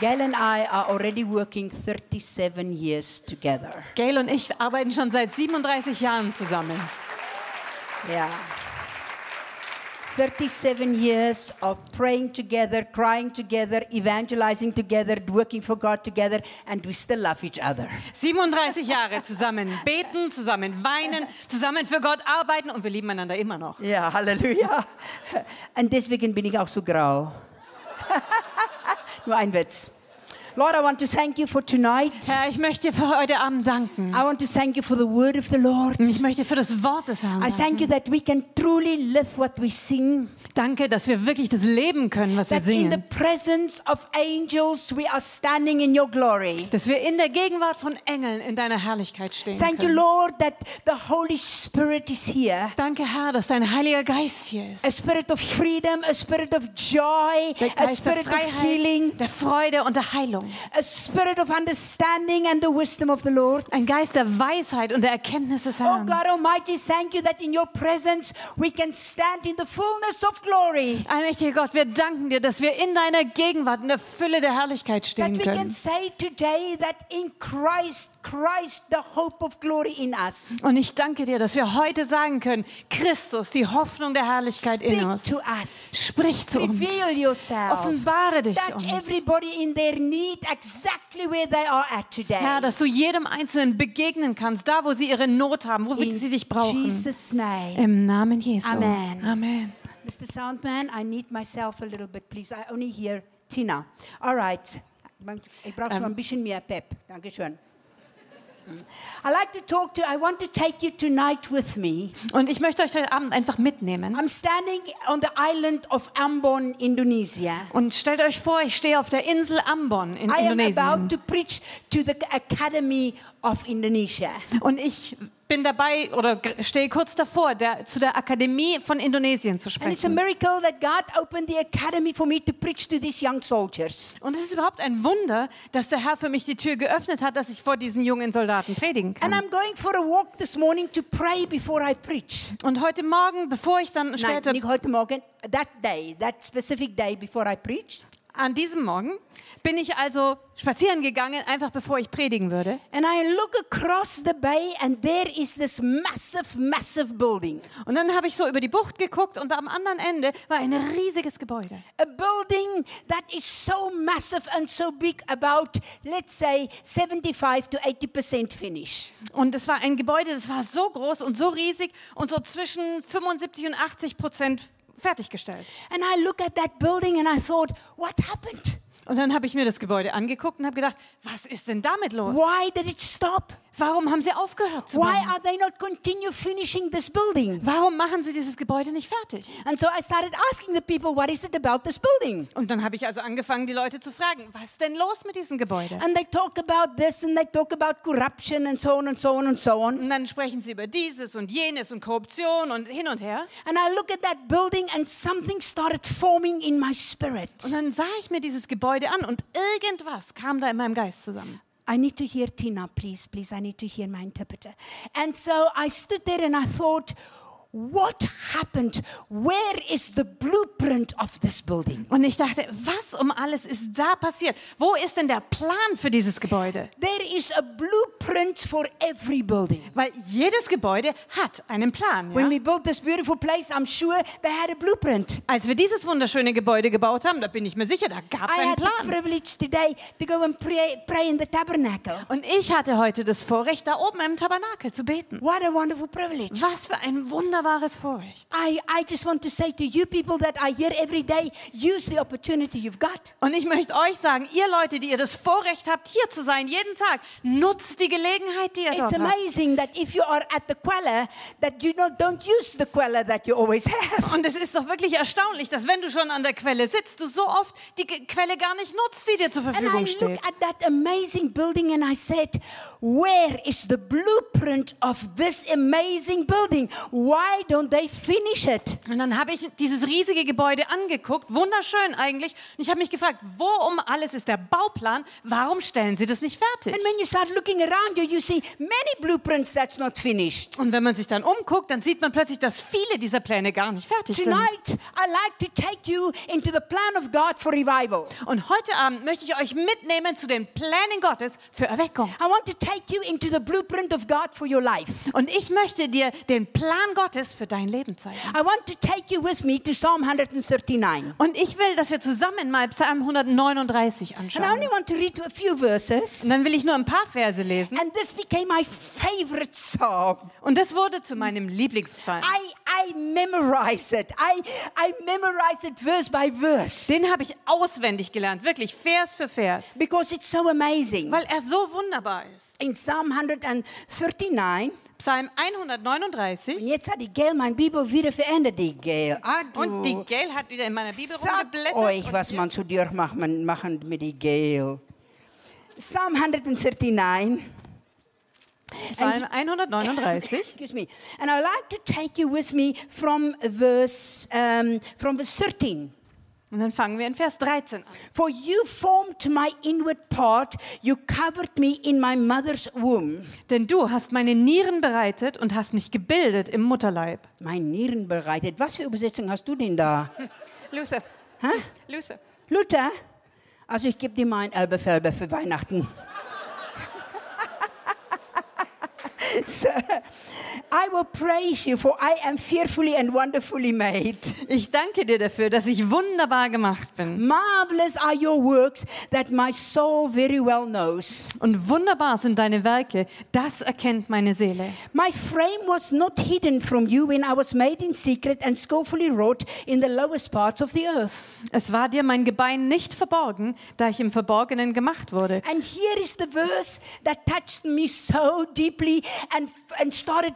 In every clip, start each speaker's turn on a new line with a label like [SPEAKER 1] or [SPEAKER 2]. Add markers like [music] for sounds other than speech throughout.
[SPEAKER 1] Gail and I are already working 37 years together.
[SPEAKER 2] Gail und ich arbeiten schon seit 37 Jahren zusammen.
[SPEAKER 1] Yeah. 37 years of praying together, crying together, evangelizing together, working for God together, and we still love each other.
[SPEAKER 2] 37 Jahre zusammen beten, zusammen weinen, zusammen für Gott arbeiten und wir lieben einander immer noch.
[SPEAKER 1] Ja, [laughs] Halleluja. Und deswegen bin ich auch so [laughs] grau. Nur ein Witz. Lord, I want to thank you for tonight.
[SPEAKER 2] Herr, ich möchte dir für heute Abend danken.
[SPEAKER 1] I want to thank you for the word of the Lord.
[SPEAKER 2] Ich möchte für das Wort des Herrn
[SPEAKER 1] I
[SPEAKER 2] danken.
[SPEAKER 1] thank you that we can truly live what we sing.
[SPEAKER 2] Danke, dass wir wirklich das leben können, was wir
[SPEAKER 1] That in the
[SPEAKER 2] singen.
[SPEAKER 1] presence of angels we are standing in your glory.
[SPEAKER 2] Dass wir in der Gegenwart von Engeln in deiner Herrlichkeit stehen
[SPEAKER 1] Thank you,
[SPEAKER 2] können.
[SPEAKER 1] Lord, that the Holy Spirit is here.
[SPEAKER 2] Danke, Herr, dass dein Heiliger Geist hier ist.
[SPEAKER 1] A spirit of freedom, a spirit of joy,
[SPEAKER 2] Der
[SPEAKER 1] a
[SPEAKER 2] Geist der
[SPEAKER 1] spirit of
[SPEAKER 2] Freiheit,
[SPEAKER 1] healing,
[SPEAKER 2] der Freude und der Heilung.
[SPEAKER 1] a spirit of understanding and the wisdom of the Lord.
[SPEAKER 2] Ein Geist der Weisheit und der Erkenntnis des
[SPEAKER 1] Oh
[SPEAKER 2] Herrn.
[SPEAKER 1] God Almighty, thank you that in your presence we can stand in the fullness of glory.
[SPEAKER 2] Allmächtiger Gott, wir danken dir, dass wir in deiner Gegenwart, in der Fülle der Herrlichkeit
[SPEAKER 1] That
[SPEAKER 2] stehen
[SPEAKER 1] we can
[SPEAKER 2] können.
[SPEAKER 1] say today that in Christ, Christ, the hope of glory in us.
[SPEAKER 2] Und ich danke dir, dass wir heute sagen können, Christus, die Hoffnung der Herrlichkeit in
[SPEAKER 1] Speak
[SPEAKER 2] uns.
[SPEAKER 1] to us.
[SPEAKER 2] Sprich zu uns.
[SPEAKER 1] Reveal yourself.
[SPEAKER 2] Offenbare dich
[SPEAKER 1] That
[SPEAKER 2] uns.
[SPEAKER 1] everybody in their need exactly where they are at today.
[SPEAKER 2] Herr, dass du jedem Einzelnen begegnen kannst, da wo sie ihre Not haben, wo
[SPEAKER 1] in
[SPEAKER 2] sie dich brauchen.
[SPEAKER 1] Jesus' name.
[SPEAKER 2] Im Namen Jesu.
[SPEAKER 1] Amen.
[SPEAKER 2] Amen.
[SPEAKER 1] Mr. Soundman, I need myself a little bit, please. I only hear Tina. All right. Ich brauche
[SPEAKER 2] Ähm.
[SPEAKER 1] schon ein bisschen mehr Pep. Dankeschön. I like to talk to I want to take you tonight with me.
[SPEAKER 2] Und ich möchte euch heute Abend einfach mitnehmen.
[SPEAKER 1] I'm standing on the island of Ambon, Indonesia.
[SPEAKER 2] Und stellt euch vor, ich stehe auf der Insel Ambon in
[SPEAKER 1] I am about
[SPEAKER 2] Indonesien.
[SPEAKER 1] to preach to the Academy of Indonesia.
[SPEAKER 2] Und ich bin dabei oder g- stehe kurz davor, der, zu der Akademie von Indonesien zu
[SPEAKER 1] And it's a
[SPEAKER 2] sprechen.
[SPEAKER 1] miracle that God opened the academy for me to preach to these young soldiers.
[SPEAKER 2] Und es ist überhaupt ein Wunder, dass der Herr für mich die Tür geöffnet hat, dass ich vor diesen jungen Soldaten predigen
[SPEAKER 1] And
[SPEAKER 2] kann.
[SPEAKER 1] I'm going for a walk this morning to pray before I preach.
[SPEAKER 2] Und heute Morgen, bevor ich dann
[SPEAKER 1] Nein,
[SPEAKER 2] später
[SPEAKER 1] nicht heute Morgen, that day, that specific day before I preached.
[SPEAKER 2] An diesem Morgen bin ich also spazieren gegangen, einfach bevor ich predigen würde.
[SPEAKER 1] And I look across the bay and there is this massive, massive building.
[SPEAKER 2] Und dann habe ich so über die Bucht geguckt und am anderen Ende war ein riesiges Gebäude.
[SPEAKER 1] A building that is so massive and so big, about, let's say, 75 to 80% finish.
[SPEAKER 2] Und es war ein Gebäude, das war so groß und so riesig und so zwischen 75 und 80 Prozent fertiggestellt.
[SPEAKER 1] And I look at that building and I thought, what happened?
[SPEAKER 2] Und dann habe ich mir das Gebäude angeguckt und habe gedacht, was ist denn damit los?
[SPEAKER 1] Why did it stop?
[SPEAKER 2] Warum haben sie aufgehört zu
[SPEAKER 1] Why
[SPEAKER 2] machen?
[SPEAKER 1] are they not continue finishing this building?
[SPEAKER 2] Warum machen sie dieses Gebäude nicht fertig?
[SPEAKER 1] And so I started asking the people, what is it about this building?
[SPEAKER 2] Und dann habe ich also angefangen, die Leute zu fragen, was ist denn los mit diesem Gebäude?
[SPEAKER 1] And they talk about this and they talk about corruption and so on and so on and so on.
[SPEAKER 2] Und dann sprechen sie über dieses und jenes und Korruption und hin und her.
[SPEAKER 1] And I look at that building and something started forming in my spirit.
[SPEAKER 2] Und dann sah ich mir dieses Gebäude an und irgendwas kam da in meinem Geist zusammen.
[SPEAKER 1] I need to hear Tina, please, please. I need to hear my interpreter. And so I stood there and I thought, what happened? Where is the blueprint of this building?
[SPEAKER 2] Und ich dachte, was um alles ist da passiert? Wo ist denn der Plan für dieses Gebäude?
[SPEAKER 1] There is a blueprint for every building.
[SPEAKER 2] Weil jedes Gebäude hat einen Plan.
[SPEAKER 1] When
[SPEAKER 2] Ja?
[SPEAKER 1] we built this beautiful place, I'm sure they had a blueprint.
[SPEAKER 2] Als wir dieses wunderschöne Gebäude gebaut haben, da bin ich mir sicher, da gab
[SPEAKER 1] I
[SPEAKER 2] es einen
[SPEAKER 1] had the
[SPEAKER 2] Plan.
[SPEAKER 1] privilege today to go and pray, pray in the tabernacle.
[SPEAKER 2] Und ich hatte heute das Vorrecht, da oben im Tabernakel zu beten.
[SPEAKER 1] What a wonderful privilege.
[SPEAKER 2] Was für ein wunderbares Vorrecht.
[SPEAKER 1] I, I just want to say to you people that are here every day, use the opportunity you've got.
[SPEAKER 2] Und ich möchte euch sagen, ihr Leute, die ihr das Vorrecht habt, hier zu sein, jeden Tag, nutzt die Gelegenheit, die ihr
[SPEAKER 1] It's
[SPEAKER 2] dort habt.
[SPEAKER 1] amazing that if you are at the queller, that you not, don't use the queller that you always have.
[SPEAKER 2] Und es ist doch wirklich erstaunlich, dass wenn du schon an der Quelle sitzt, du so oft die Ge- Quelle gar nicht nutzt, die dir zur
[SPEAKER 1] And I
[SPEAKER 2] Verfügung steht.
[SPEAKER 1] look at that amazing building and I said, Where is the blueprint of this amazing building? Why why don't they finish it?
[SPEAKER 2] Und dann habe ich dieses riesige Gebäude angeguckt, wunderschön eigentlich. Und ich habe mich gefragt, wo um alles ist der Bauplan? Warum stellen sie das nicht fertig?
[SPEAKER 1] And when you start looking around you, you see many blueprints that's not finished.
[SPEAKER 2] Und wenn man sich dann umguckt, dann sieht man plötzlich, dass viele dieser Pläne gar nicht fertig sind.
[SPEAKER 1] Tonight, I like to take you into the plan of God for revival.
[SPEAKER 2] Und heute Abend möchte ich euch mitnehmen zu den Plänen Gottes für Erweckung.
[SPEAKER 1] I want to take you into the blueprint of God for your life.
[SPEAKER 2] Und ich möchte dir den Plan Gottes für dein Leben zeigen.
[SPEAKER 1] I want to take you with me to Psalm 139.
[SPEAKER 2] Und ich will, dass wir zusammen mal Psalm 139
[SPEAKER 1] And I
[SPEAKER 2] anschauen.
[SPEAKER 1] only want to read a few verses.
[SPEAKER 2] Und dann will ich nur ein paar Verse lesen.
[SPEAKER 1] And this became my favorite psalm.
[SPEAKER 2] Und das wurde zu meinem Lieblingspsalm.
[SPEAKER 1] I, I memorize it. I, I memorize it verse by verse
[SPEAKER 2] Den habe ich auswendig gelernt, wirklich Vers für Vers,
[SPEAKER 1] because it's so amazing.
[SPEAKER 2] weil er so wunderbar ist.
[SPEAKER 1] In Psalm 139,
[SPEAKER 2] Psalm 139.
[SPEAKER 1] und jetzt hat die Gail mein Bibel wieder verändert, die Gail. Ah, du.
[SPEAKER 2] Und die Gail hat wieder in meiner Bibel
[SPEAKER 1] Sag
[SPEAKER 2] rumgeblättert.
[SPEAKER 1] euch,
[SPEAKER 2] und
[SPEAKER 1] was man zu dir macht, man machen mit die Gail. Psalm 139.
[SPEAKER 2] Psalm 139.
[SPEAKER 1] Excuse me. And I'd like to take you with me from verse, um, from verse 13.
[SPEAKER 2] [laughs] Und dann fangen wir in Vers 13 an.
[SPEAKER 1] For you formed my inward part, you covered me in my mother's womb.
[SPEAKER 2] Denn du hast meine Nieren bereitet und hast mich gebildet im Mutterleib.
[SPEAKER 1] Mein Nieren bereitet. Was für Übersetzung hast du denn da?
[SPEAKER 2] Luce.
[SPEAKER 1] Hä?
[SPEAKER 2] Luce.
[SPEAKER 1] Luther? Also ich gebe dir meinen Elbefelber für Weihnachten. [laughs] so, I will praise you, for I am fearfully and wonderfully made.
[SPEAKER 2] Ich danke dir dafür, dass ich wunderbar gemacht bin.
[SPEAKER 1] Marvelous are your works that my soul very well knows.
[SPEAKER 2] Und wunderbar sind deine Werke. Das erkennt meine Seele.
[SPEAKER 1] My frame was not hidden from you when I was made in secret and skillfully wrought in the lowest parts of the earth.
[SPEAKER 2] Es war dir mein Gebein nicht verborgen, da ich im Verborgenen gemacht wurde.
[SPEAKER 1] And here is the verse that touched me so deeply and, and started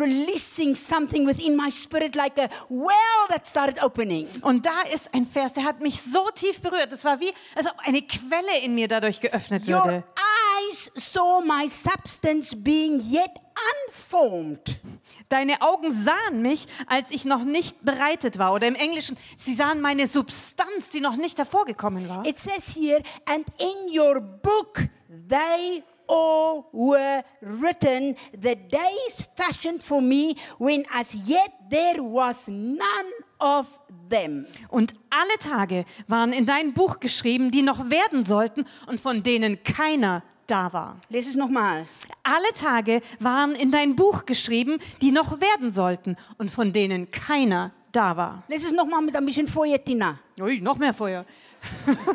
[SPEAKER 1] releasing something within my spirit like a well that started opening.
[SPEAKER 2] Und da ist ein Vers, der hat mich so tief berührt. Es war wie, als ob eine Quelle in mir dadurch geöffnet würde.
[SPEAKER 1] Your eyes saw my substance being yet unformed.
[SPEAKER 2] Deine Augen sahen mich, als ich noch nicht bereitet war. Oder im Englischen, sie sahen meine Substanz, die noch nicht hervorgekommen war.
[SPEAKER 1] It says here, and in your book they all were written, the days fashioned for me, when as yet there was none of them.
[SPEAKER 2] Und alle Tage waren in dein Buch geschrieben, die noch werden sollten und von denen keiner da war.
[SPEAKER 1] Lees es nochmal.
[SPEAKER 2] Alle Tage waren in dein Buch geschrieben, die noch werden sollten und von denen keiner da war.
[SPEAKER 1] Lees es nochmal mit ein bisschen Feuer, Tina.
[SPEAKER 2] Ui, noch mehr Feuer. [laughs]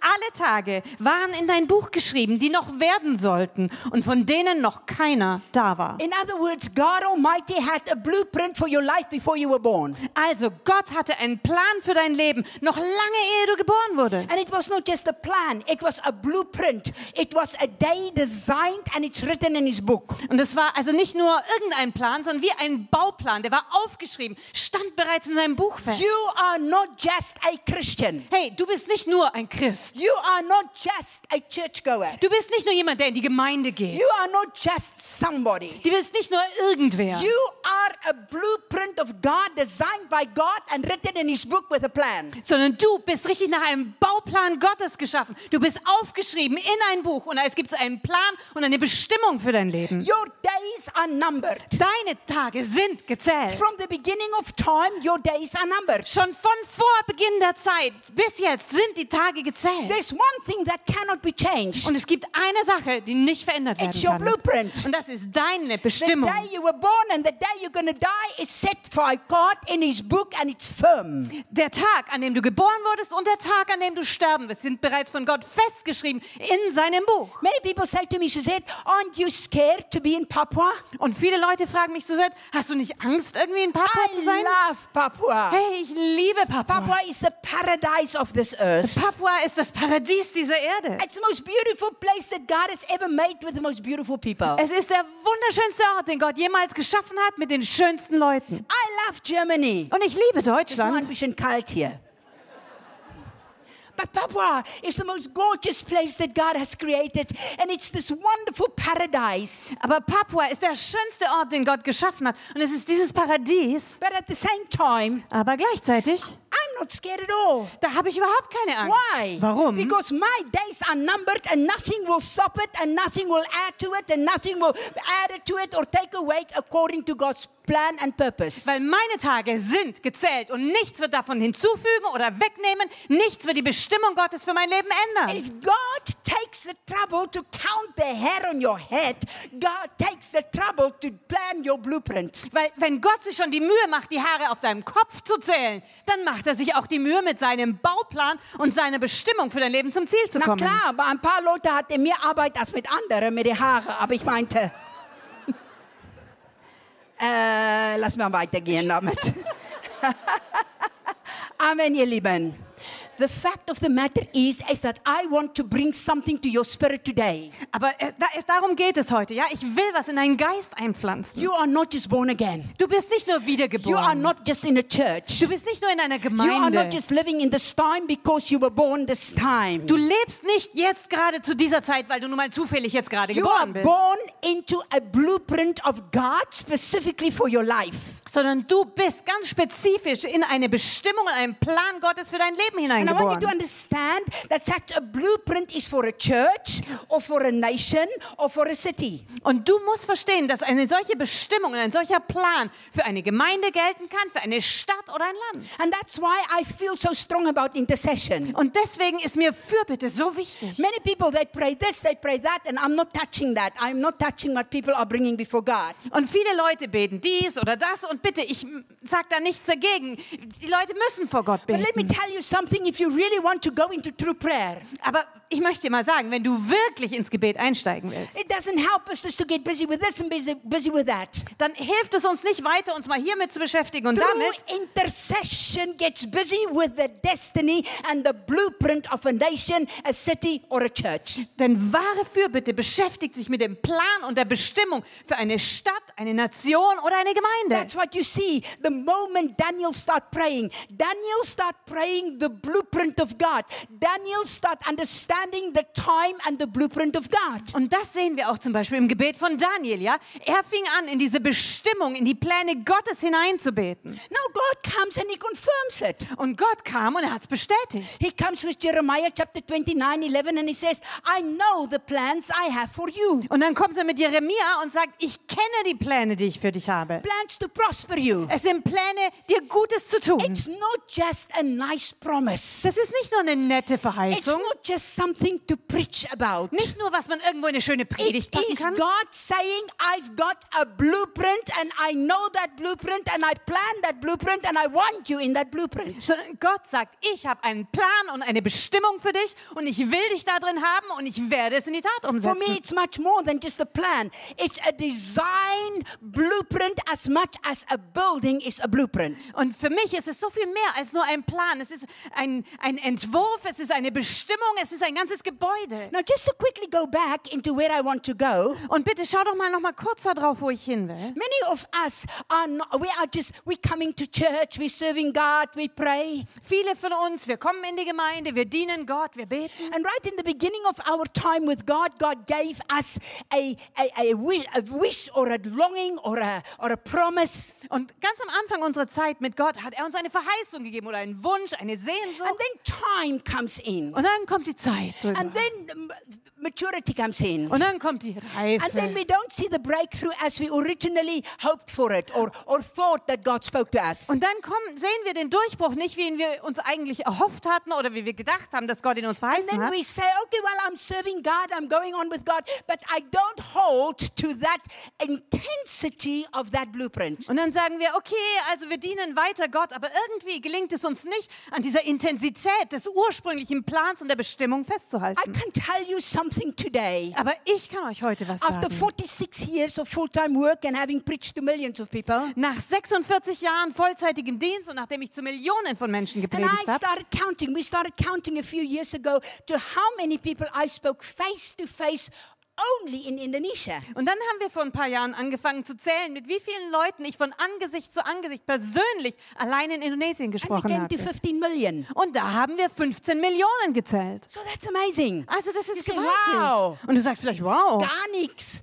[SPEAKER 2] Alle Tage waren in dein Buch geschrieben, die noch werden sollten und von denen noch keiner da war.
[SPEAKER 1] In other words, God Almighty had a blueprint for your life before you were born.
[SPEAKER 2] Also Gott hatte einen Plan für dein Leben, noch lange ehe du geboren wurdest.
[SPEAKER 1] And it was not just a plan, it was a blueprint. It was a day designed and it's written in His book.
[SPEAKER 2] Und es war also nicht nur irgendein Plan, sondern wie ein Bauplan, der war aufgeschrieben, stand bereits in seinem Buch fest.
[SPEAKER 1] You are not just a Christian.
[SPEAKER 2] Hey, du bist nicht nur ein Christ.
[SPEAKER 1] You are not just a churchgoer.
[SPEAKER 2] Du bist nicht nur jemand, der in die Gemeinde geht.
[SPEAKER 1] You are not just somebody.
[SPEAKER 2] Du bist nicht nur irgendwer.
[SPEAKER 1] You are a blueprint of God designed by God and written in His book with a plan.
[SPEAKER 2] sondern du bist richtig nach einem Bauplan Gottes geschaffen. Du bist aufgeschrieben in ein Buch und es gibt einen Plan und eine Bestimmung für dein Leben.
[SPEAKER 1] Your days are numbered.
[SPEAKER 2] Deine Tage sind gezählt.
[SPEAKER 1] From the beginning of time, your days are numbered.
[SPEAKER 2] Schon von vor Beginn der Zeit bis jetzt sind die Tage gezählt.
[SPEAKER 1] There's one thing that cannot be changed.
[SPEAKER 2] Und es gibt eine Sache, die nicht verändert werden
[SPEAKER 1] It's your
[SPEAKER 2] kann.
[SPEAKER 1] blueprint.
[SPEAKER 2] Und das ist deine
[SPEAKER 1] The
[SPEAKER 2] Bestimmung.
[SPEAKER 1] day you were born and the day you're going to die is set by God in His book and it's firm.
[SPEAKER 2] Der Tag, an dem du geboren wurdest und der Tag, an dem du sterben wirst, sind bereits von Gott festgeschrieben in seinem Buch.
[SPEAKER 1] Many people say to me, she said, aren't you scared to be in Papua?
[SPEAKER 2] Und viele Leute fragen mich so, hast du nicht Angst, irgendwie in Papua zu sein?
[SPEAKER 1] I love Papua.
[SPEAKER 2] Hey, ich liebe Papua.
[SPEAKER 1] Papua is the paradise of this earth.
[SPEAKER 2] Papua ist das Paradies dieser Erde.
[SPEAKER 1] It's the most beautiful place that God has ever made with the most beautiful people.
[SPEAKER 2] Es ist der wunderschönste Ort, den Gott jemals geschaffen hat mit den schönsten Leuten.
[SPEAKER 1] I love Germany.
[SPEAKER 2] Und ich liebe
[SPEAKER 1] It's not ein
[SPEAKER 2] Deutschland.
[SPEAKER 1] bisschen kalt hier. But Papua is the most gorgeous place that God has created, and it's this wonderful paradise.
[SPEAKER 2] Aber Papua ist der schönste Ort, den Gott geschaffen hat. Und es ist dieses Paradies.
[SPEAKER 1] But at the same time,
[SPEAKER 2] Aber gleichzeitig,
[SPEAKER 1] I'm not scared at all.
[SPEAKER 2] da habe ich überhaupt keine Angst.
[SPEAKER 1] Why?
[SPEAKER 2] Warum?
[SPEAKER 1] Because my days are numbered and nothing will stop it and nothing will add to it and nothing will add it to it or take away according to God's plan and purpose.
[SPEAKER 2] Weil meine Tage sind gezählt und nichts wird davon hinzufügen oder wegnehmen. Nichts wird die Bestimmung Gottes für mein Leben ändern.
[SPEAKER 1] If God takes the trouble to count the hair on your head, God takes the trouble to plan your blueprint.
[SPEAKER 2] Weil wenn Gott sich schon die Mühe macht, die Haare auf deinem Kopf zu zählen, dann macht er sich auch die Mühe, mit seinem Bauplan und seiner Bestimmung für dein Leben zum Ziel zu
[SPEAKER 1] Na
[SPEAKER 2] kommen.
[SPEAKER 1] klar, bei ein paar Leute hat er mehr Arbeit als mit anderen, mit den Haaren. Aber ich meinte, [laughs] äh, lass mal weitergehen damit. [laughs] Amen, ihr Lieben. The fact of the matter is, is that I want to bring something to your spirit today.
[SPEAKER 2] Aber äh, da, es, darum geht es heute. Ja, ich will was in deinen Geist einpflanzen.
[SPEAKER 1] You are not just born again.
[SPEAKER 2] Du bist nicht nur
[SPEAKER 1] You are
[SPEAKER 2] wiedergeboren.
[SPEAKER 1] not just in a church.
[SPEAKER 2] Du bist nicht nur in einer
[SPEAKER 1] You are
[SPEAKER 2] Gemeinde.
[SPEAKER 1] not just living in this time because you were born this time.
[SPEAKER 2] Du lebst nicht jetzt gerade zu dieser Zeit, weil du nun mal zufällig jetzt gerade
[SPEAKER 1] You are
[SPEAKER 2] geboren bist,
[SPEAKER 1] born into a blueprint of God specifically for your life.
[SPEAKER 2] sondern du bist ganz spezifisch in eine Bestimmung und einen Plan Gottes für dein Leben
[SPEAKER 1] And I want you to
[SPEAKER 2] hineingeboren.
[SPEAKER 1] understand that such a blueprint is for a church or for a nation or for a city.
[SPEAKER 2] Und du musst verstehen, dass eine solche Bestimmung und ein solcher Plan für eine Gemeinde gelten kann, für eine Stadt oder ein Land.
[SPEAKER 1] And that's why I feel so strong about intercession.
[SPEAKER 2] Und deswegen ist mir Fürbitte so wichtig.
[SPEAKER 1] Many people, they pray this, they pray that, and I'm not touching that. I'm not touching what people are bringing before God.
[SPEAKER 2] Und viele Leute beten dies oder das und bitte, ich m, sag da nichts dagegen. Die Leute müssen vor Gott
[SPEAKER 1] But let me
[SPEAKER 2] beten.
[SPEAKER 1] tell you something if you really want to go into true prayer,
[SPEAKER 2] Aber ich möchte dir mal sagen, wenn du wirklich ins Gebet einsteigen willst,
[SPEAKER 1] it doesn't help us just to get busy with this and busy, busy with that.
[SPEAKER 2] dann hilft es uns nicht weiter, uns mal hiermit zu beschäftigen und
[SPEAKER 1] Through
[SPEAKER 2] damit,
[SPEAKER 1] intercession gets busy with the destiny and the blueprint of a nation, a city, or a church.
[SPEAKER 2] denn wahre Fürbitte beschäftigt sich mit dem Plan und der Bestimmung für eine Stadt, eine Nation oder eine Gemeinde.
[SPEAKER 1] That's what you see. The moment Daniel start praying, Daniel start praying the blueprint of God. Daniel start understanding the time and the blueprint of God.
[SPEAKER 2] Und das sehen wir auch zum Beispiel im Gebet von Daniel, ja? Er fing an, in diese Bestimmung, in die Pläne Gottes hineinzubeten.
[SPEAKER 1] Now God comes and he confirms it.
[SPEAKER 2] Und Gott kam und er hat es bestätigt.
[SPEAKER 1] He comes with Jeremiah chapter 29, 11, and he says, I know the plans I have for you.
[SPEAKER 2] Und dann kommt er mit Jeremia und sagt, ich kenne die Pläne, die ich für dich habe.
[SPEAKER 1] Plans to prosper you.
[SPEAKER 2] Es sind Pläne, dir Gutes zu tun.
[SPEAKER 1] It's not just a nice promise.
[SPEAKER 2] Das ist nicht nur eine nette
[SPEAKER 1] It's
[SPEAKER 2] Verheißung,
[SPEAKER 1] not just something to preach about.
[SPEAKER 2] nicht nur, was man irgendwo in eine schöne Predigt
[SPEAKER 1] It
[SPEAKER 2] packen
[SPEAKER 1] is
[SPEAKER 2] kann,
[SPEAKER 1] God saying, I've got a blueprint and I know that blueprint and I plan that blueprint and I want you in that blueprint.
[SPEAKER 2] sondern Gott sagt, ich habe einen Plan und eine Bestimmung für dich und ich will dich da drin haben und ich werde es in die Tat
[SPEAKER 1] For me,
[SPEAKER 2] umsetzen.
[SPEAKER 1] it's much more than just a plan. It's a design blueprint as much as a building is a blueprint.
[SPEAKER 2] Und für mich ist es so viel mehr als nur ein Plan. Es ist ein, ein Entwurf, es ist eine Bestimmung, es ist ein ganzes Gebäude.
[SPEAKER 1] Now, just to quickly go back into where I want to go,
[SPEAKER 2] Und bitte schau doch mal noch mal kurz da drauf, wo ich hin will.
[SPEAKER 1] many of us are not, we are just, we're coming to church, we're serving God, we pray.
[SPEAKER 2] Viele von uns, wir kommen in die Gemeinde, wir dienen Gott, wir beten.
[SPEAKER 1] And right in the beginning of our time with God, God gave us a, a, a, wi- a wish or a longing or a, or a promise.
[SPEAKER 2] Und ganz am Anfang unserer Zeit mit Gott hat er uns eine Verheißung gegeben oder einen Wunsch, eine
[SPEAKER 1] And
[SPEAKER 2] Sehnsucht.
[SPEAKER 1] then time comes in.
[SPEAKER 2] Und dann kommt die Zeit. drüber.
[SPEAKER 1] And then um, maturity comes in.
[SPEAKER 2] Und dann kommt die
[SPEAKER 1] And then
[SPEAKER 2] Reife.
[SPEAKER 1] we don't see the breakthrough as we originally hoped for it or, or thought that God spoke to us.
[SPEAKER 2] Und dann kommen, sehen wir den Durchbruch nicht, wie ihn wir uns eigentlich erhofft hatten oder wie wir gedacht haben, dass Gott ihn uns
[SPEAKER 1] And
[SPEAKER 2] verheißen
[SPEAKER 1] then
[SPEAKER 2] hat.
[SPEAKER 1] we say, okay, well, I'm serving God, I'm going on with God, but I don't hold to that intensity of that blueprint.
[SPEAKER 2] Und dann sagen wir, okay, also wir dienen weiter Gott, aber irgendwie gelingt es uns nicht, an dieser Intensität des ursprünglichen Plans und der Bestimmung
[SPEAKER 1] I
[SPEAKER 2] festzuhalten.
[SPEAKER 1] can tell you something today.
[SPEAKER 2] Aber ich kann euch heute was
[SPEAKER 1] After
[SPEAKER 2] sagen.
[SPEAKER 1] 46 years of full time work and having preached to millions of people,
[SPEAKER 2] Nach 46 Jahren vollzeitigem Dienst und nachdem ich zu Millionen von Menschen
[SPEAKER 1] and I
[SPEAKER 2] gepredigt habe,
[SPEAKER 1] started counting. We started counting a few years ago to how many people I spoke face to face only in Indonesia.
[SPEAKER 2] Und dann haben wir vor ein paar Jahren angefangen zu zählen, mit wie vielen Leuten ich von Angesicht zu Angesicht persönlich allein in Indonesien
[SPEAKER 1] And we
[SPEAKER 2] gesprochen
[SPEAKER 1] came to
[SPEAKER 2] habe.
[SPEAKER 1] 15 million.
[SPEAKER 2] Und da haben wir 15 Millionen gezählt.
[SPEAKER 1] So that's amazing.
[SPEAKER 2] Also das ist
[SPEAKER 1] say,
[SPEAKER 2] gewaltig.
[SPEAKER 1] wow.
[SPEAKER 2] Und du sagst vielleicht, wow.
[SPEAKER 1] Gar nichts.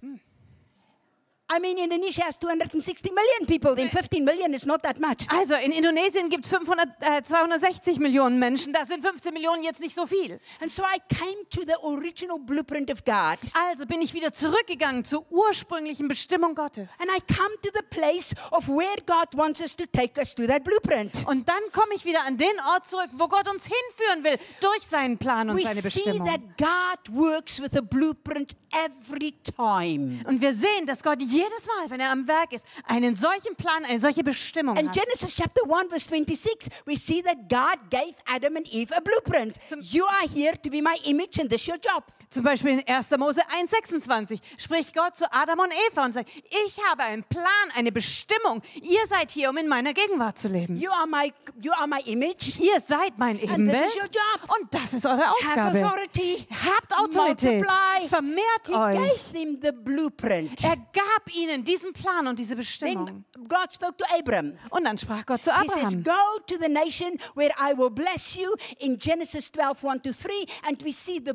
[SPEAKER 1] I mean, Indonesia has 260 million people. Then 15 million is not that much.
[SPEAKER 2] Also in Indonesien gibt es 500, äh, 260 Millionen Menschen. Das sind 15 Millionen jetzt nicht so viel.
[SPEAKER 1] And so I came to the original blueprint of God.
[SPEAKER 2] Also bin ich wieder zurückgegangen zur ursprünglichen Bestimmung Gottes.
[SPEAKER 1] And I come to the place of where God wants us to take us to that blueprint.
[SPEAKER 2] Und dann komme ich wieder an den Ort zurück, wo Gott uns hinführen will, durch seinen Plan und
[SPEAKER 1] We
[SPEAKER 2] seine
[SPEAKER 1] see
[SPEAKER 2] Bestimmung.
[SPEAKER 1] that God works with a blueprint every time.
[SPEAKER 2] Und wir sehen, dass Gott jedes Mal, wenn er am Werk ist, einen solchen Plan, eine solche Bestimmung
[SPEAKER 1] In
[SPEAKER 2] hat.
[SPEAKER 1] Genesis chapter 1, verse 26, we see that God gave Adam and Eve a blueprint. You are here to be my image, and this is your job.
[SPEAKER 2] Zum Beispiel in 1. Mose 1,26 spricht Gott zu Adam und Eva und sagt, ich habe einen Plan, eine Bestimmung. Ihr seid hier, um in meiner Gegenwart zu leben.
[SPEAKER 1] You are my, you are my
[SPEAKER 2] [laughs]
[SPEAKER 1] image.
[SPEAKER 2] Ihr seid mein
[SPEAKER 1] And this
[SPEAKER 2] Ebenbild
[SPEAKER 1] is your job.
[SPEAKER 2] und das ist eure
[SPEAKER 1] Have
[SPEAKER 2] Aufgabe.
[SPEAKER 1] authority.
[SPEAKER 2] Habt Autorität,
[SPEAKER 1] Multiply.
[SPEAKER 2] vermehrt
[SPEAKER 1] He
[SPEAKER 2] euch.
[SPEAKER 1] gave them the blueprint.
[SPEAKER 2] Er gab ihnen diesen Plan und diese Bestimmung.
[SPEAKER 1] Then God spoke to Abram.
[SPEAKER 2] Und dann sprach Gott zu
[SPEAKER 1] He says,
[SPEAKER 2] Abraham.
[SPEAKER 1] Go to the nation where I will bless you in Genesis 12, 1 to 3. And we see the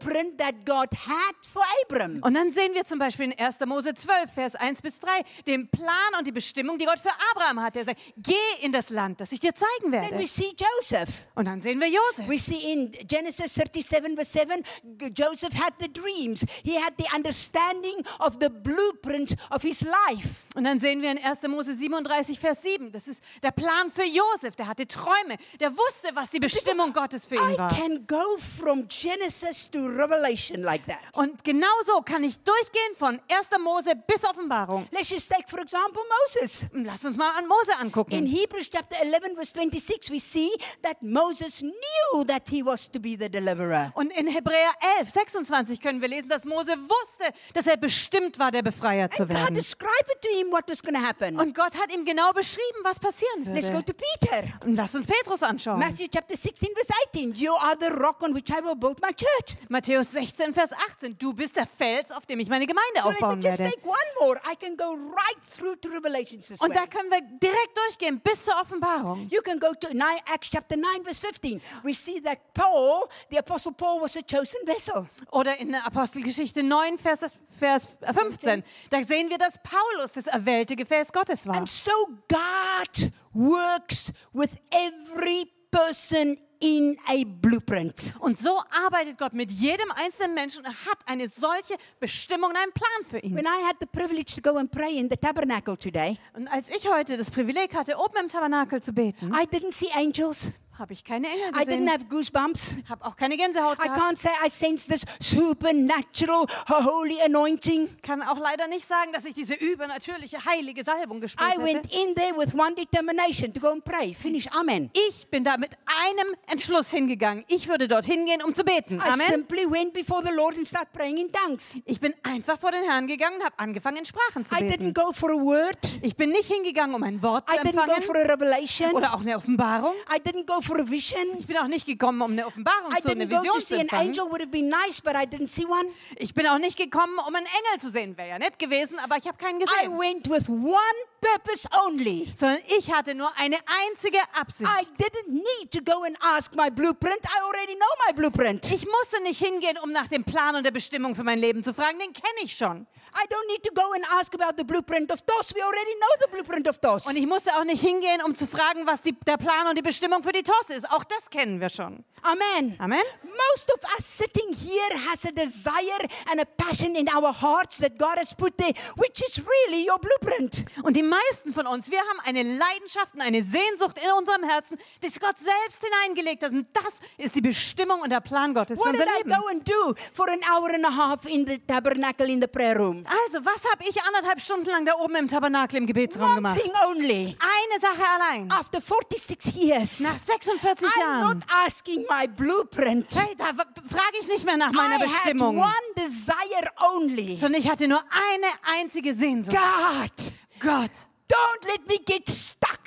[SPEAKER 1] blueprint that God had for Abram.
[SPEAKER 2] Und dann sehen wir zum Beispiel in 1. Mose 12, Vers 1 bis 3, den Plan und die Bestimmung, die Gott für Abraham hat. Er sagt, geh in das Land, das ich dir zeigen
[SPEAKER 1] Then we
[SPEAKER 2] werde.
[SPEAKER 1] see Joseph.
[SPEAKER 2] Und dann sehen wir Josef.
[SPEAKER 1] We see in Genesis 37, verse 7, G- Joseph had the dreams. He had the understanding of the blueprint of his life.
[SPEAKER 2] Und dann sehen wir in 1. Mose 37, Vers 7, das ist der Plan für Josef. Der hatte Träume. Der wusste, was die Bestimmung Gottes für ihn
[SPEAKER 1] I
[SPEAKER 2] war.
[SPEAKER 1] can go from Genesis to Revelation like that.
[SPEAKER 2] Und genau so kann ich durchgehen von 1. Mose bis Offenbarung.
[SPEAKER 1] Let's just take, for example, Moses.
[SPEAKER 2] Und Lass uns mal an Mose
[SPEAKER 1] In
[SPEAKER 2] angucken.
[SPEAKER 1] Hebrews chapter 11, verse 26, we see that Moses knew that he was to be the deliverer.
[SPEAKER 2] Und in Hebräer 11, 26 können wir lesen, dass Mose wusste, dass er bestimmt war, der Befreier zu
[SPEAKER 1] And God
[SPEAKER 2] werden.
[SPEAKER 1] described it to him what was going to happen.
[SPEAKER 2] Und Gott hat ihm genau beschrieben, was passieren
[SPEAKER 1] Let's go
[SPEAKER 2] würde.
[SPEAKER 1] to Peter.
[SPEAKER 2] Und lass uns Petrus anschauen.
[SPEAKER 1] Matthew chapter 16, verse 18. You are the rock on which I will build my church.
[SPEAKER 2] Matthäus 16, Vers 18. Du bist der Fels, auf dem ich meine Gemeinde
[SPEAKER 1] So let me
[SPEAKER 2] aufbauen
[SPEAKER 1] just
[SPEAKER 2] werde.
[SPEAKER 1] take one more. I can go right through to Revelations this
[SPEAKER 2] Und da
[SPEAKER 1] way.
[SPEAKER 2] können wir direkt durchgehen bis zur Offenbarung.
[SPEAKER 1] You can go to nine, Acts chapter 9, verse 15. We see that Paul, the apostle Paul, was a chosen vessel.
[SPEAKER 2] Oder in der Apostelgeschichte 9, Vers, Vers 15. Da sehen wir, dass Paulus das erwählte Gefäß Gottes war.
[SPEAKER 1] And so God works with every person in a blueprint.
[SPEAKER 2] Und so arbeitet Gott mit jedem einzelnen Menschen und er hat eine solche Bestimmung und einen Plan für ihn.
[SPEAKER 1] When I had the privilege to go and pray in the tabernacle today,
[SPEAKER 2] Und als ich heute das Privileg hatte, oben im Tabernakel zu beten,
[SPEAKER 1] I didn't see angels.
[SPEAKER 2] habe ich keine Engel
[SPEAKER 1] I didn't
[SPEAKER 2] gesehen,
[SPEAKER 1] have goosebumps.
[SPEAKER 2] habe auch keine Gänsehaut
[SPEAKER 1] I
[SPEAKER 2] gehabt.
[SPEAKER 1] can't say I sense this supernatural uh, holy anointing.
[SPEAKER 2] Kann auch leider nicht sagen, dass ich diese übernatürliche heilige Salbung gespürt
[SPEAKER 1] I
[SPEAKER 2] hätte.
[SPEAKER 1] went in there with one determination to go and pray. Finish. Amen.
[SPEAKER 2] Ich bin da mit einem Entschluss hingegangen. Ich würde dorthin gehen, um zu beten.
[SPEAKER 1] I
[SPEAKER 2] Amen.
[SPEAKER 1] simply went before the Lord and started praying in tongues.
[SPEAKER 2] Ich bin einfach vor den Herrn gegangen und habe angefangen, in Sprachen zu
[SPEAKER 1] I didn't
[SPEAKER 2] beten.
[SPEAKER 1] go for a word.
[SPEAKER 2] Ich bin nicht hingegangen, um ein Wort zu
[SPEAKER 1] I didn't go for
[SPEAKER 2] empfangen
[SPEAKER 1] a revelation.
[SPEAKER 2] oder auch eine Offenbarung.
[SPEAKER 1] I didn't go for a vision.
[SPEAKER 2] Ich bin auch nicht gekommen, um eine Offenbarung
[SPEAKER 1] I
[SPEAKER 2] zu eine
[SPEAKER 1] didn't go
[SPEAKER 2] Vision
[SPEAKER 1] to
[SPEAKER 2] zu
[SPEAKER 1] see an
[SPEAKER 2] empfangen.
[SPEAKER 1] angel. Would have been nice, but I didn't see one.
[SPEAKER 2] Ich bin auch nicht gekommen, um einen Engel zu sehen. Wäre ja nett gewesen, aber ich habe keinen
[SPEAKER 1] I
[SPEAKER 2] gesehen.
[SPEAKER 1] went with one purpose only.
[SPEAKER 2] Sondern ich hatte nur eine einzige Absicht.
[SPEAKER 1] I didn't need to go and ask my blueprint. I already know my blueprint.
[SPEAKER 2] Ich musste nicht hingehen, um nach dem Plan und der Bestimmung für mein Leben zu fragen. Den kenne ich schon.
[SPEAKER 1] I don't need to go and ask about the blueprint of TOS. We already know the blueprint of TOS.
[SPEAKER 2] Und ich musste auch nicht hingehen, um zu fragen, was die, der Plan und die Bestimmung für die TOS ist. Auch das kennen wir schon.
[SPEAKER 1] Amen.
[SPEAKER 2] Amen.
[SPEAKER 1] Most of us sitting here has a desire and a passion in our hearts that God has put there, which is really your blueprint.
[SPEAKER 2] Und die meisten von uns, wir haben eine Leidenschaft und eine Sehnsucht in unserem Herzen, das Gott selbst hineingelegt hat. Und das ist die Bestimmung und der Plan Gottes für
[SPEAKER 1] What
[SPEAKER 2] unser
[SPEAKER 1] did I
[SPEAKER 2] Leben.
[SPEAKER 1] go and do for an hour and a half in the tabernacle in the prayer room?
[SPEAKER 2] Also, was habe ich anderthalb Stunden lang da oben im Tabernakel im Gebetsraum
[SPEAKER 1] One
[SPEAKER 2] gemacht?
[SPEAKER 1] thing only.
[SPEAKER 2] Eine Sache allein.
[SPEAKER 1] After 46 years,
[SPEAKER 2] Nach 46
[SPEAKER 1] I'm
[SPEAKER 2] Jahren.
[SPEAKER 1] not asking my blueprint.
[SPEAKER 2] Hey, da frage ich nicht mehr nach
[SPEAKER 1] I
[SPEAKER 2] meiner
[SPEAKER 1] had
[SPEAKER 2] Bestimmung.
[SPEAKER 1] one desire only.
[SPEAKER 2] Sondern ich hatte nur eine einzige Sehnsucht.
[SPEAKER 1] God,
[SPEAKER 2] Gott,
[SPEAKER 1] don't let me get stuck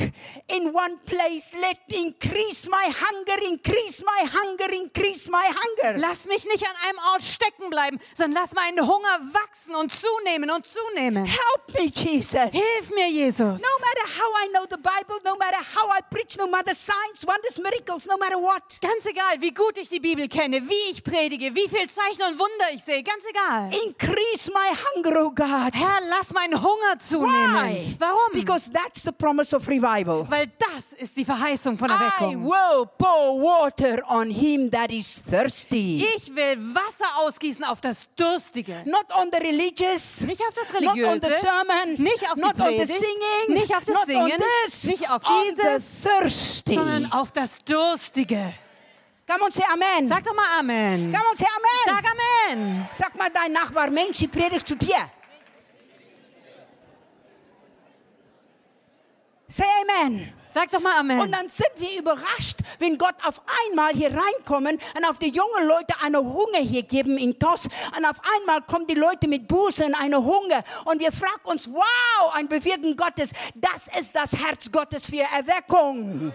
[SPEAKER 1] in one place. Let increase my hunger, increase my hunger, increase my hunger.
[SPEAKER 2] Lass mich nicht an einem Ort stecken bleiben, sondern lass meinen Hunger wachsen und zunehmen und zunehmen.
[SPEAKER 1] Help me, Jesus.
[SPEAKER 2] Hilf mir, Jesus.
[SPEAKER 1] No matter how I know the Bible, no matter how I preach, no matter signs, wonders, miracles, no matter what,
[SPEAKER 2] Ganz egal, wie gut ich die Bibel kenne, wie ich predige, wie viel Zeichen und Wunder ich sehe, ganz egal.
[SPEAKER 1] increase my hunger, oh God.
[SPEAKER 2] Herr, lass meinen Hunger zunehmen.
[SPEAKER 1] Why?
[SPEAKER 2] Warum?
[SPEAKER 1] Because that's the promise of revival.
[SPEAKER 2] Weil das ist die Verheißung von
[SPEAKER 1] I
[SPEAKER 2] Erweckung.
[SPEAKER 1] will pour water on him that is thirsty.
[SPEAKER 2] Ich will Wasser ausgießen auf das Durstige.
[SPEAKER 1] Not on the religious.
[SPEAKER 2] Nicht auf das
[SPEAKER 1] Not
[SPEAKER 2] Religiöse,
[SPEAKER 1] on the sermon.
[SPEAKER 2] nicht auf die
[SPEAKER 1] not on the
[SPEAKER 2] Predigt,
[SPEAKER 1] singing.
[SPEAKER 2] nicht auf das
[SPEAKER 1] not on
[SPEAKER 2] Singen,
[SPEAKER 1] this.
[SPEAKER 2] nicht auf
[SPEAKER 1] on the
[SPEAKER 2] dieses,
[SPEAKER 1] thirsty.
[SPEAKER 2] sondern auf das Durstige.
[SPEAKER 1] Come on, say Amen.
[SPEAKER 2] Sag doch mal Amen.
[SPEAKER 1] Come on, say Amen.
[SPEAKER 2] Sag Amen.
[SPEAKER 1] Sag mal dein Nachbar, Mensch, die predigt zu dir. Say Amen.
[SPEAKER 2] Sag doch mal
[SPEAKER 1] Und
[SPEAKER 2] Amen.
[SPEAKER 1] dann sind wir überrascht, wenn Gott auf einmal hier reinkommen und auf die jungen Leute eine Hunger hier geben in Tos. Und auf einmal kommen die Leute mit Buße und eine Hunger. Und wir fragen uns, wow, ein Bewirken Gottes, das ist das Herz Gottes für Erweckung.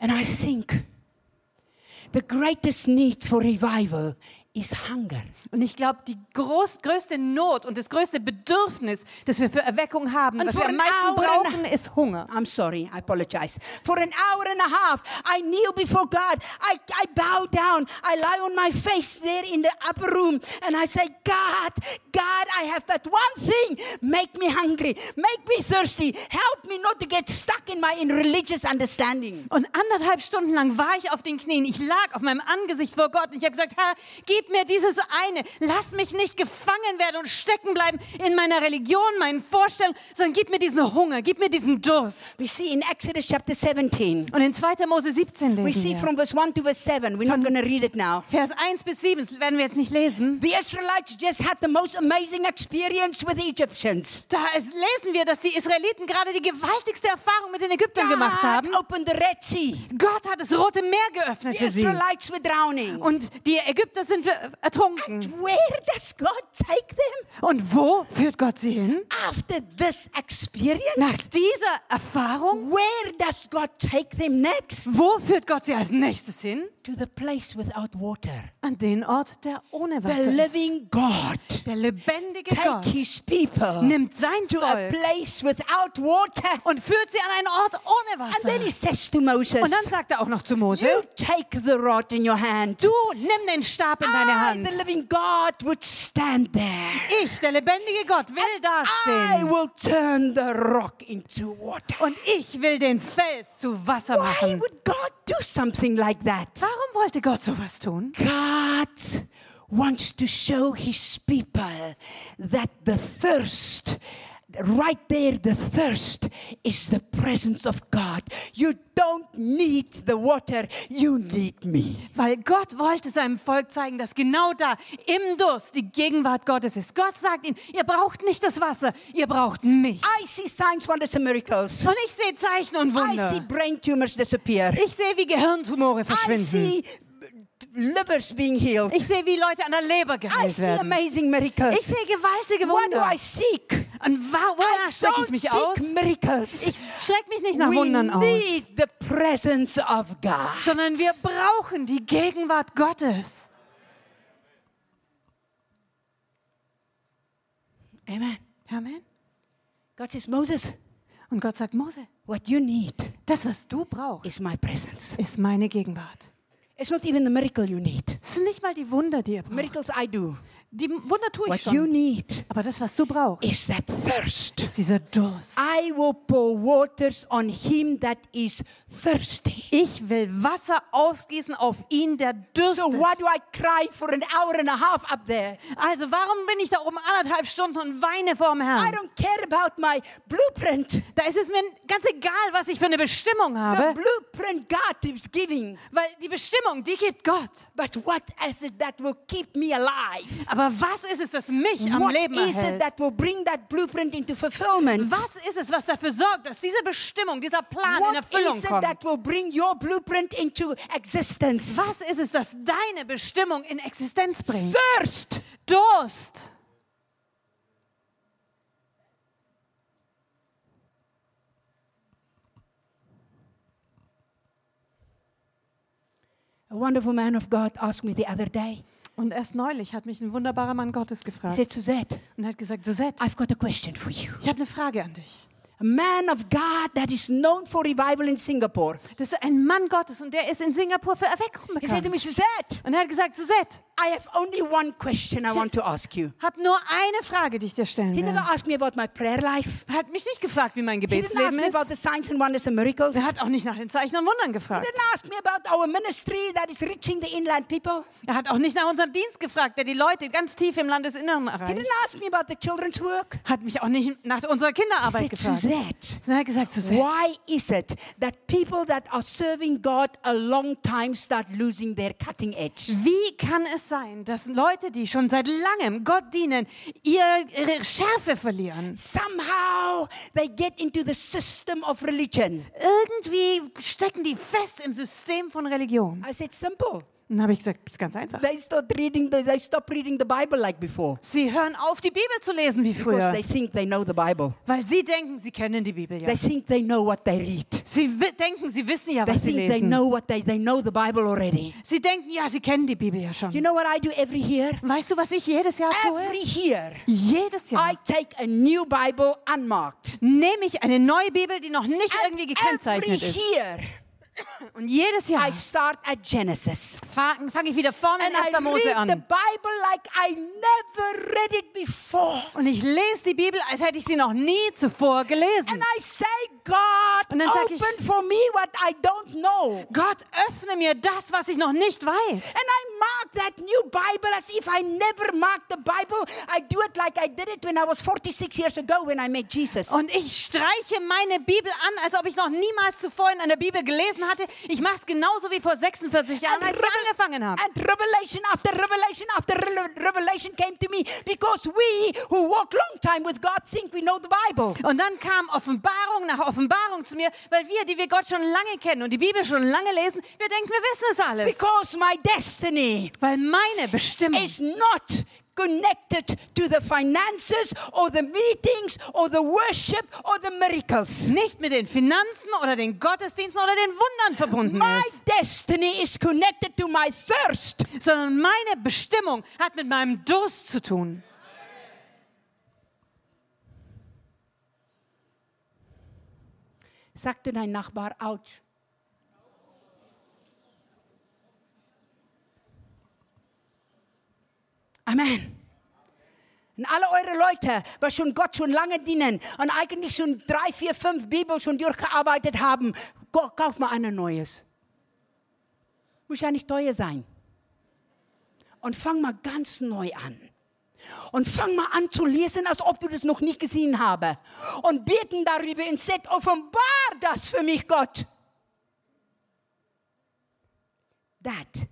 [SPEAKER 1] And I think the greatest need for revival is hunger.
[SPEAKER 2] Und ich glaube, die groß, größte Not und das größte Bedürfnis, das wir für Erweckung haben,
[SPEAKER 1] Und
[SPEAKER 2] was
[SPEAKER 1] vor
[SPEAKER 2] wir am
[SPEAKER 1] einem
[SPEAKER 2] meisten
[SPEAKER 1] Auren-
[SPEAKER 2] brauchen, ist Hunger.
[SPEAKER 1] I'm sorry, I apologize. For an hour and a half, I kneel before God. I, I bow down. I lie on my face there in the upper room and I say, God, God, I have but one thing. Make me hungry. Make me thirsty. Help me not to get stuck in my in religious understanding.
[SPEAKER 2] Und anderthalb Stunden lang war ich auf den Knien. Ich lag auf meinem Angesicht vor Gott und ich habe gesagt, Herr, gib mir dieses eine. Lass mich nicht gefangen werden und stecken bleiben in meiner Religion, meinen Vorstellungen, sondern gib mir diesen Hunger, gib mir diesen Durst.
[SPEAKER 1] We see in Exodus chapter 17.
[SPEAKER 2] Und in 2. Mose 17
[SPEAKER 1] We see
[SPEAKER 2] lesen wir.
[SPEAKER 1] from verse 1 to verse 7. We're not going to read it now.
[SPEAKER 2] Vers 1 bis 7, das werden wir jetzt nicht lesen.
[SPEAKER 1] The Israelites just had the most amazing experience with the Egyptians.
[SPEAKER 2] Da ist, lesen wir, dass die Israeliten gerade die gewaltigste Erfahrung mit den Ägyptern gemacht haben.
[SPEAKER 1] opened the Red Sea.
[SPEAKER 2] Gott hat das Rote Meer geöffnet
[SPEAKER 1] The
[SPEAKER 2] für sie.
[SPEAKER 1] Israelites were drowning.
[SPEAKER 2] Und die Ägypter sind äh, ertrunken.
[SPEAKER 1] And where does God take them
[SPEAKER 2] Und wo führt Gott sie hin?
[SPEAKER 1] after this
[SPEAKER 2] Nach
[SPEAKER 1] experience?
[SPEAKER 2] dieser Erfahrung,
[SPEAKER 1] Where does God take them next?
[SPEAKER 2] wo führt Gott sie als nächstes hin?
[SPEAKER 1] To the place without water.
[SPEAKER 2] An den Ort, der ohne
[SPEAKER 1] The
[SPEAKER 2] Wasser ist.
[SPEAKER 1] living God
[SPEAKER 2] Der lebendige
[SPEAKER 1] take
[SPEAKER 2] Gott
[SPEAKER 1] his people
[SPEAKER 2] nimmt sein
[SPEAKER 1] to a
[SPEAKER 2] Volk
[SPEAKER 1] place without water.
[SPEAKER 2] und führt sie an einen Ort ohne
[SPEAKER 1] And then he
[SPEAKER 2] Wasser.
[SPEAKER 1] says to
[SPEAKER 2] Und dann
[SPEAKER 1] Moses,
[SPEAKER 2] sagt er auch noch zu Mose,
[SPEAKER 1] you take the rod in your hand.
[SPEAKER 2] du nimm den Stab in deine
[SPEAKER 1] I, the
[SPEAKER 2] Hand.
[SPEAKER 1] living God, would stand there.
[SPEAKER 2] Ich, der lebendige Gott, will
[SPEAKER 1] I
[SPEAKER 2] dastehen.
[SPEAKER 1] will turn the rock into water.
[SPEAKER 2] Und ich will den Fels zu Wasser
[SPEAKER 1] Why
[SPEAKER 2] machen.
[SPEAKER 1] would God do something like that?
[SPEAKER 2] Warum wollte Gott sowas tun?
[SPEAKER 1] God wants to show his people that the thirst, right there, the thirst is the presence of God. You don't need the water, you need me.
[SPEAKER 2] Weil Gott wollte seinem Volk zeigen, dass genau da im Durst die Gegenwart Gottes ist. Gott sagt ihnen, ihr braucht nicht das Wasser, ihr braucht mich.
[SPEAKER 1] I see signs, wonders, and miracles.
[SPEAKER 2] Und ich sehe Zeichen und
[SPEAKER 1] I see
[SPEAKER 2] Wunder.
[SPEAKER 1] brain tumors disappear.
[SPEAKER 2] Ich sehe, wie Gehirntumore
[SPEAKER 1] I
[SPEAKER 2] verschwinden.
[SPEAKER 1] see livers being healed.
[SPEAKER 2] Ich sehe, wie Leute an der Leber
[SPEAKER 1] I
[SPEAKER 2] geheilt
[SPEAKER 1] see
[SPEAKER 2] werden.
[SPEAKER 1] amazing
[SPEAKER 2] Ich
[SPEAKER 1] miracles.
[SPEAKER 2] sehe gewaltige
[SPEAKER 1] What do
[SPEAKER 2] Wunder.
[SPEAKER 1] I seek?
[SPEAKER 2] Und wa- wonach
[SPEAKER 1] I
[SPEAKER 2] strecke ich
[SPEAKER 1] don't
[SPEAKER 2] mich aus?
[SPEAKER 1] seek miracles.
[SPEAKER 2] Ich strecke mich nicht nach
[SPEAKER 1] we
[SPEAKER 2] Wundern aus,
[SPEAKER 1] need the presence of God.
[SPEAKER 2] sondern wir brauchen die Gegenwart Gottes.
[SPEAKER 1] Amen.
[SPEAKER 2] Amen.
[SPEAKER 1] God says, Moses,
[SPEAKER 2] Und Gott sagt, Mose,
[SPEAKER 1] what you need
[SPEAKER 2] das, was du brauchst,
[SPEAKER 1] is my presence.
[SPEAKER 2] ist meine Gegenwart.
[SPEAKER 1] It's not even the miracle you need.
[SPEAKER 2] Es sind nicht mal die Wunder, die ihr braucht.
[SPEAKER 1] Miracles I do.
[SPEAKER 2] Die Wunder tue ich
[SPEAKER 1] What you
[SPEAKER 2] schon.
[SPEAKER 1] need
[SPEAKER 2] Aber das, was du brauchst,
[SPEAKER 1] is that thirst.
[SPEAKER 2] ist dieser Durst.
[SPEAKER 1] I will pour waters on him that is thirsty.
[SPEAKER 2] Ich will Wasser ausgießen auf ihn, der dürstet.
[SPEAKER 1] So why do I cry for an hour and a half up there?
[SPEAKER 2] also warum bin ich da oben anderthalb Stunden und weine vorm
[SPEAKER 1] I
[SPEAKER 2] Herrn?
[SPEAKER 1] don't care about my blueprint.
[SPEAKER 2] Da ist es mir ganz egal, was ich für eine Bestimmung
[SPEAKER 1] The
[SPEAKER 2] habe,
[SPEAKER 1] blueprint God is giving.
[SPEAKER 2] weil die Bestimmung, die gibt Gott.
[SPEAKER 1] But what is it that will keep me alive?
[SPEAKER 2] Aber was ist es, das mich am
[SPEAKER 1] What
[SPEAKER 2] Leben
[SPEAKER 1] is it
[SPEAKER 2] erhält?
[SPEAKER 1] that will bring that blueprint into fulfillment?
[SPEAKER 2] Was ist es, was dafür sorgt, dass diese Bestimmung, dieser Plan in
[SPEAKER 1] What
[SPEAKER 2] Erfüllung
[SPEAKER 1] is it
[SPEAKER 2] kommt?
[SPEAKER 1] that will bring your blueprint into existence?
[SPEAKER 2] Was ist es, das deine Bestimmung in Existenz bringt?
[SPEAKER 1] Thirst.
[SPEAKER 2] Durst.
[SPEAKER 1] A wonderful man of God asked me the other day.
[SPEAKER 2] Und erst neulich hat mich ein wunderbarer Mann Gottes
[SPEAKER 1] He
[SPEAKER 2] gefragt
[SPEAKER 1] said, Suzette,
[SPEAKER 2] und hat gesagt, Suzette,
[SPEAKER 1] I've got a question for you.
[SPEAKER 2] ich habe eine Frage an dich.
[SPEAKER 1] A man of God that is known for revival in Singapore.
[SPEAKER 2] Das ist ein Mann Gottes und der ist in Singapur für Erweckung
[SPEAKER 1] He said to
[SPEAKER 2] bekannt.
[SPEAKER 1] me, Suzette,
[SPEAKER 2] Und er hat gesagt, Suzette,
[SPEAKER 1] I have only one question I want to ask you.
[SPEAKER 2] hab nur eine Frage, die ich dir stellen
[SPEAKER 1] He never
[SPEAKER 2] will.
[SPEAKER 1] asked me about my prayer life.
[SPEAKER 2] Er hat mich nicht gefragt, wie mein
[SPEAKER 1] He didn't ask
[SPEAKER 2] Gebetsleben
[SPEAKER 1] me
[SPEAKER 2] ist.
[SPEAKER 1] about the signs and wonders and miracles.
[SPEAKER 2] Er
[SPEAKER 1] He
[SPEAKER 2] hat auch nicht nach den Zeichen und Wundern gefragt.
[SPEAKER 1] didn't ask me about our ministry that is reaching the inland people.
[SPEAKER 2] Er hat auch nicht nach unserem Dienst gefragt, der die Leute ganz tief im Landesinneren
[SPEAKER 1] He
[SPEAKER 2] erreicht.
[SPEAKER 1] didn't ask me about the children's work.
[SPEAKER 2] Hat mich auch nicht nach unserer
[SPEAKER 1] He
[SPEAKER 2] Kinderarbeit
[SPEAKER 1] said,
[SPEAKER 2] gefragt.
[SPEAKER 1] Suzette,
[SPEAKER 2] Sondern er hat gesagt, Suzette,
[SPEAKER 1] why is it that people that are serving God a long time start losing their cutting edge?
[SPEAKER 2] wie kann es sein, dass Leute, die schon seit langem Gott dienen, ihr- ihre Schärfe verlieren?
[SPEAKER 1] Somehow they get into the system of religion.
[SPEAKER 2] Irgendwie stecken die fest im System von Religion.
[SPEAKER 1] I said, simple.
[SPEAKER 2] Und dann habe ich gesagt, das ist ganz einfach.
[SPEAKER 1] They start reading the, they stop reading the Bible like before.
[SPEAKER 2] Sie hören auf, die Bibel zu lesen wie
[SPEAKER 1] Because
[SPEAKER 2] früher,
[SPEAKER 1] they think they know the Bible.
[SPEAKER 2] weil sie denken, sie kennen die Bibel ja.
[SPEAKER 1] They think they know what they read.
[SPEAKER 2] Sie wi- denken, sie wissen ja,
[SPEAKER 1] They
[SPEAKER 2] was sie
[SPEAKER 1] think they
[SPEAKER 2] lesen.
[SPEAKER 1] know what they they know the Bible already.
[SPEAKER 2] Sie denken, ja, sie kennen die Bibel ja schon.
[SPEAKER 1] You know what I do every year?
[SPEAKER 2] Weißt du, was ich jedes Jahr tue?
[SPEAKER 1] Every year
[SPEAKER 2] Jedes Jahr
[SPEAKER 1] I take a new Bible unmarked.
[SPEAKER 2] nehme ich eine neue Bibel, die noch nicht
[SPEAKER 1] And
[SPEAKER 2] irgendwie
[SPEAKER 1] every
[SPEAKER 2] gekennzeichnet ist.
[SPEAKER 1] year
[SPEAKER 2] Und jedes Jahr
[SPEAKER 1] I start at Genesis.
[SPEAKER 2] fange fang ich wieder vorne in
[SPEAKER 1] And I
[SPEAKER 2] 1. Mose
[SPEAKER 1] read the
[SPEAKER 2] an.
[SPEAKER 1] Bible like I never read it before.
[SPEAKER 2] Und ich lese die Bibel, als hätte ich sie noch nie zuvor gelesen.
[SPEAKER 1] And I say, God,
[SPEAKER 2] Und dann sag ich-
[SPEAKER 1] open for me what I don't know.
[SPEAKER 2] Gott, öffne mir das, was ich noch nicht weiß.
[SPEAKER 1] And I mark that new Bible as if I never marked the Bible. I do it like I did it when I was 46 years ago when I met Jesus.
[SPEAKER 2] Und ich streiche meine Bibel an, als ob ich noch niemals zuvor in einer Bibel gelesen hatte. Ich mache es genauso wie vor 46 Jahren, als ich angefangen habe.
[SPEAKER 1] And revelation after revelation after re- revelation came to me because we who walk long time with God think we know the Bible.
[SPEAKER 2] Und dann kam Offenbarung nach Offenbarung zu mir, weil wir, die wir Gott schon lange kennen und die Bibel schon lange lesen, wir denken, wir wissen es alles.
[SPEAKER 1] Because my destiny
[SPEAKER 2] Weil meine Bestimmung
[SPEAKER 1] is not connected to the finances or the meetings or the worship or the miracles.
[SPEAKER 2] nicht mit den Finanzen oder den Gottesdiensten oder den Wundern verbunden
[SPEAKER 1] My
[SPEAKER 2] ist,
[SPEAKER 1] destiny is connected to my thirst.
[SPEAKER 2] sondern meine Bestimmung hat mit meinem Durst zu tun.
[SPEAKER 1] Sag zu deinem Nachbar, ouch. Amen. Und alle eure Leute, was schon Gott schon lange dienen und eigentlich schon drei, vier, fünf Bibel schon durchgearbeitet haben, ko- kauft mal ein neues. Muss ja nicht teuer sein. Und fang mal ganz neu an. Und fang mal an zu lesen, als ob du das noch nicht gesehen habe. Und beten darüber und sagt, offenbar das für mich, Gott. That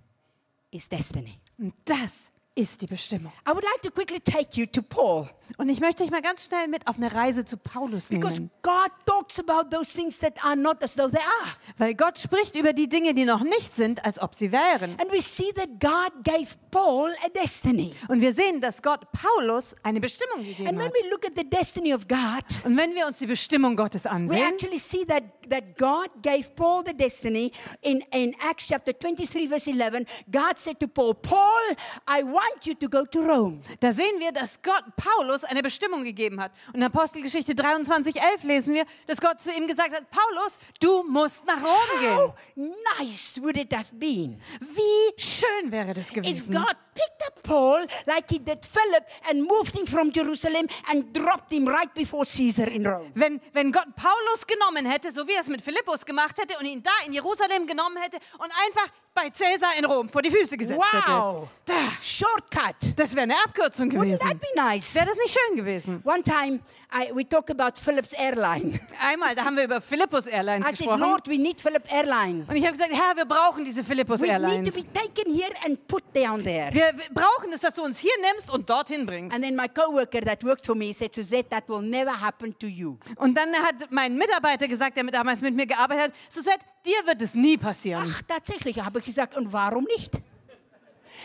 [SPEAKER 1] is destiny.
[SPEAKER 2] Und das ist die Bestimmung.
[SPEAKER 1] I would like to quickly take you to Paul
[SPEAKER 2] Und ich möchte euch mal ganz schnell mit auf eine Reise zu Paulus
[SPEAKER 1] because
[SPEAKER 2] nehmen.
[SPEAKER 1] God talks about those things that are not as though they are.
[SPEAKER 2] Weil Gott spricht über die Dinge, die noch nicht sind, als ob sie wären.
[SPEAKER 1] And we see that God gave Paul a destiny.
[SPEAKER 2] Und wir sehen, dass Gott Paulus eine Bestimmung
[SPEAKER 1] And
[SPEAKER 2] gegeben
[SPEAKER 1] when
[SPEAKER 2] hat.
[SPEAKER 1] we look at the destiny of God,
[SPEAKER 2] Und wenn wir uns die Bestimmung Gottes
[SPEAKER 1] we
[SPEAKER 2] ansehen,
[SPEAKER 1] actually see that, that God gave Paul the destiny in, in Acts chapter 23, verse 11. God said to Paul, Paul, I want you to go to Rome.
[SPEAKER 2] Da sehen wir, dass Gott Paulus eine Bestimmung gegeben hat. Und in Apostelgeschichte 23, 11 lesen wir, dass Gott zu ihm gesagt hat, Paulus, du musst nach Rom gehen.
[SPEAKER 1] How nice would it have been
[SPEAKER 2] Wie schön wäre das
[SPEAKER 1] if
[SPEAKER 2] gewesen,
[SPEAKER 1] God picked up Paul like he did Philip and moved him from Jerusalem and dropped him right before Caesar in Rome?
[SPEAKER 2] wenn, wenn Gott Paulus genommen hätte, so wie er es mit Philippus gemacht hätte und ihn da in Jerusalem genommen hätte und einfach bei Cäsar in Rom vor die Füße gesetzt
[SPEAKER 1] Wow!
[SPEAKER 2] hätte. Da,
[SPEAKER 1] Shortcut!
[SPEAKER 2] das wäre eine Abkürzung
[SPEAKER 1] Wouldn't
[SPEAKER 2] gewesen.
[SPEAKER 1] that be nice?
[SPEAKER 2] Wäre das nicht schön gewesen?
[SPEAKER 1] One time I, we talk about Philip's airline.
[SPEAKER 2] Einmal, da haben wir über Philippus Airlines
[SPEAKER 1] I said,
[SPEAKER 2] gesprochen.
[SPEAKER 1] Lord, we need Philip airline.
[SPEAKER 2] und ich habe gesagt, Herr, wir brauchen diese Philippus
[SPEAKER 1] We need to
[SPEAKER 2] Airlines.
[SPEAKER 1] be taken here and put down there.
[SPEAKER 2] Wir wir brauchen es, dass du uns hier nimmst und dorthin bringst.
[SPEAKER 1] And then my coworker that worked for me said, Suzette, that will never happen to you.
[SPEAKER 2] Und dann hat mein Mitarbeiter gesagt, der mit- damals mit mir gearbeitet hat, Suzette, dir wird es nie passieren.
[SPEAKER 1] Ach, tatsächlich, habe ich gesagt, und warum nicht?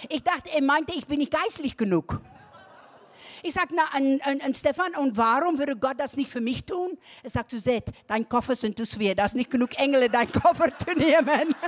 [SPEAKER 1] Ich dachte, er meinte, ich bin nicht geistlich genug. Ich sage, na, an, an, an Stefan, und warum würde Gott das nicht für mich tun? Er sagt, Suzette, dein [laughs] Koffer sind zu schwer, da ist nicht genug Engel, dein Koffer zu nehmen. [laughs]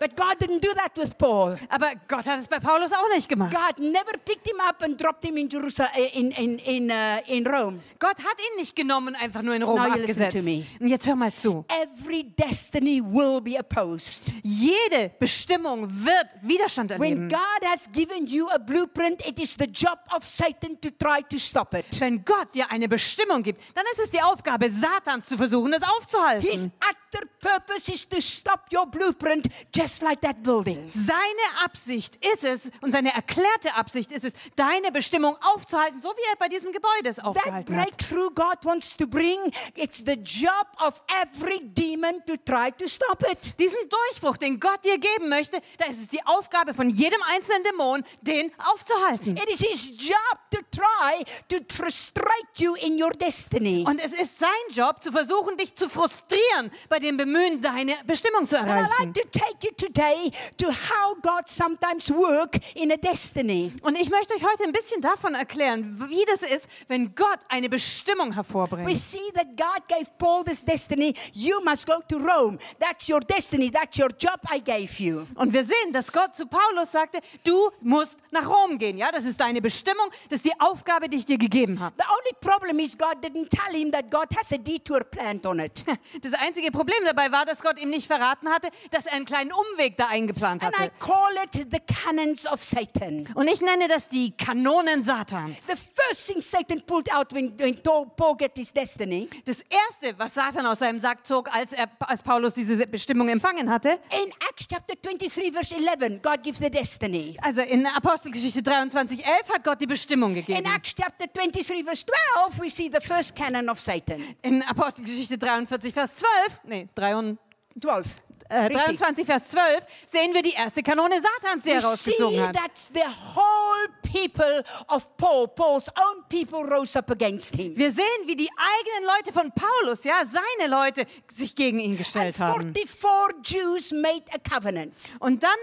[SPEAKER 1] But God didn't do that with Paul.
[SPEAKER 2] Aber Gott hat es bei Paulus auch nicht gemacht.
[SPEAKER 1] God never picked him up and dropped him in Jerusalem, in, in, in, uh, in Rome.
[SPEAKER 2] Gott hat ihn nicht genommen und einfach nur in Rom
[SPEAKER 1] Now you listen
[SPEAKER 2] abgesetzt.
[SPEAKER 1] to me.
[SPEAKER 2] Und jetzt hör mal zu.
[SPEAKER 1] Every destiny will be opposed.
[SPEAKER 2] Jede Bestimmung wird Widerstand
[SPEAKER 1] When
[SPEAKER 2] erleben.
[SPEAKER 1] God has given you a blueprint, it is the job of Satan to try to stop it.
[SPEAKER 2] Wenn Gott dir eine Bestimmung gibt, dann ist es die Aufgabe Satans zu versuchen, das aufzuhalten.
[SPEAKER 1] His utter purpose is to stop your blueprint, just like that building.
[SPEAKER 2] Seine Absicht ist es und seine erklärte Absicht ist es, deine Bestimmung aufzuhalten, so wie er bei diesem Gebäude es
[SPEAKER 1] That
[SPEAKER 2] aufgehalten hat.
[SPEAKER 1] breakthrough God wants to bring, it's the job of every demon to try to stop it.
[SPEAKER 2] Diesen Durchbruch, den Gott dir geben möchte, da ist es die Aufgabe von jedem einzelnen Dämon, den aufzuhalten.
[SPEAKER 1] It is his job to try to frustrate you in your destiny.
[SPEAKER 2] Und es ist sein Job, zu versuchen, dich zu frustrieren bei dem Bemühen, deine Bestimmung zu
[SPEAKER 1] And I'd like
[SPEAKER 2] erreichen.
[SPEAKER 1] to take you today to how God sometimes work in a destiny.
[SPEAKER 2] Und ich möchte euch heute ein bisschen davon erklären, wie das ist, wenn Gott eine Bestimmung
[SPEAKER 1] We
[SPEAKER 2] hervorbringt.
[SPEAKER 1] see that God gave Paul this destiny. You must go to Rome. That's your destiny. That's your job I gave you.
[SPEAKER 2] Und wir sehen, dass Gott zu Paulus sagte, du musst nach Rom gehen. Ja, das ist deine Bestimmung, das ist die Aufgabe, die ich dir gegeben habe.
[SPEAKER 1] The only problem is God didn't tell him that God has a detour planned on it.
[SPEAKER 2] Das einzige Problem dabei war, dass Gott ihm nicht verraten hatte, dass er einen kleinen Umweg da eingeplant
[SPEAKER 1] And I
[SPEAKER 2] hatte.
[SPEAKER 1] call it the cannons of Satan.
[SPEAKER 2] Und ich nenne das die Kanonen Satans.
[SPEAKER 1] The first thing Satan pulled out when, when Paul get his destiny,
[SPEAKER 2] Das erste, was Satan aus seinem Sack zog, als, er, als Paulus diese Bestimmung empfangen hatte,
[SPEAKER 1] in Acts chapter 23, verse 11, God gives the destiny.
[SPEAKER 2] also in Apostelgeschichte 23, 11 hat Gott die Bestimmung
[SPEAKER 1] In
[SPEAKER 2] gegeben.
[SPEAKER 1] Acts chapter 23, verse 12, we see the first cannon of Satan.
[SPEAKER 2] In Apostelgeschichte 43, Vers 12, nee, 23,
[SPEAKER 1] 12.
[SPEAKER 2] äh,
[SPEAKER 1] Richtig.
[SPEAKER 2] 23, Vers 12, sehen wir die erste Kanone Satans, die er
[SPEAKER 1] We see
[SPEAKER 2] rausgezogen hat.
[SPEAKER 1] that the whole people of Paul, Paul's own people, rose up against him.
[SPEAKER 2] Wir sehen, wie die eigenen Leute von Paulus, ja, seine Leute, sich gegen ihn
[SPEAKER 1] And
[SPEAKER 2] gestellt haben.
[SPEAKER 1] 44 Jews made a covenant.
[SPEAKER 2] Und dann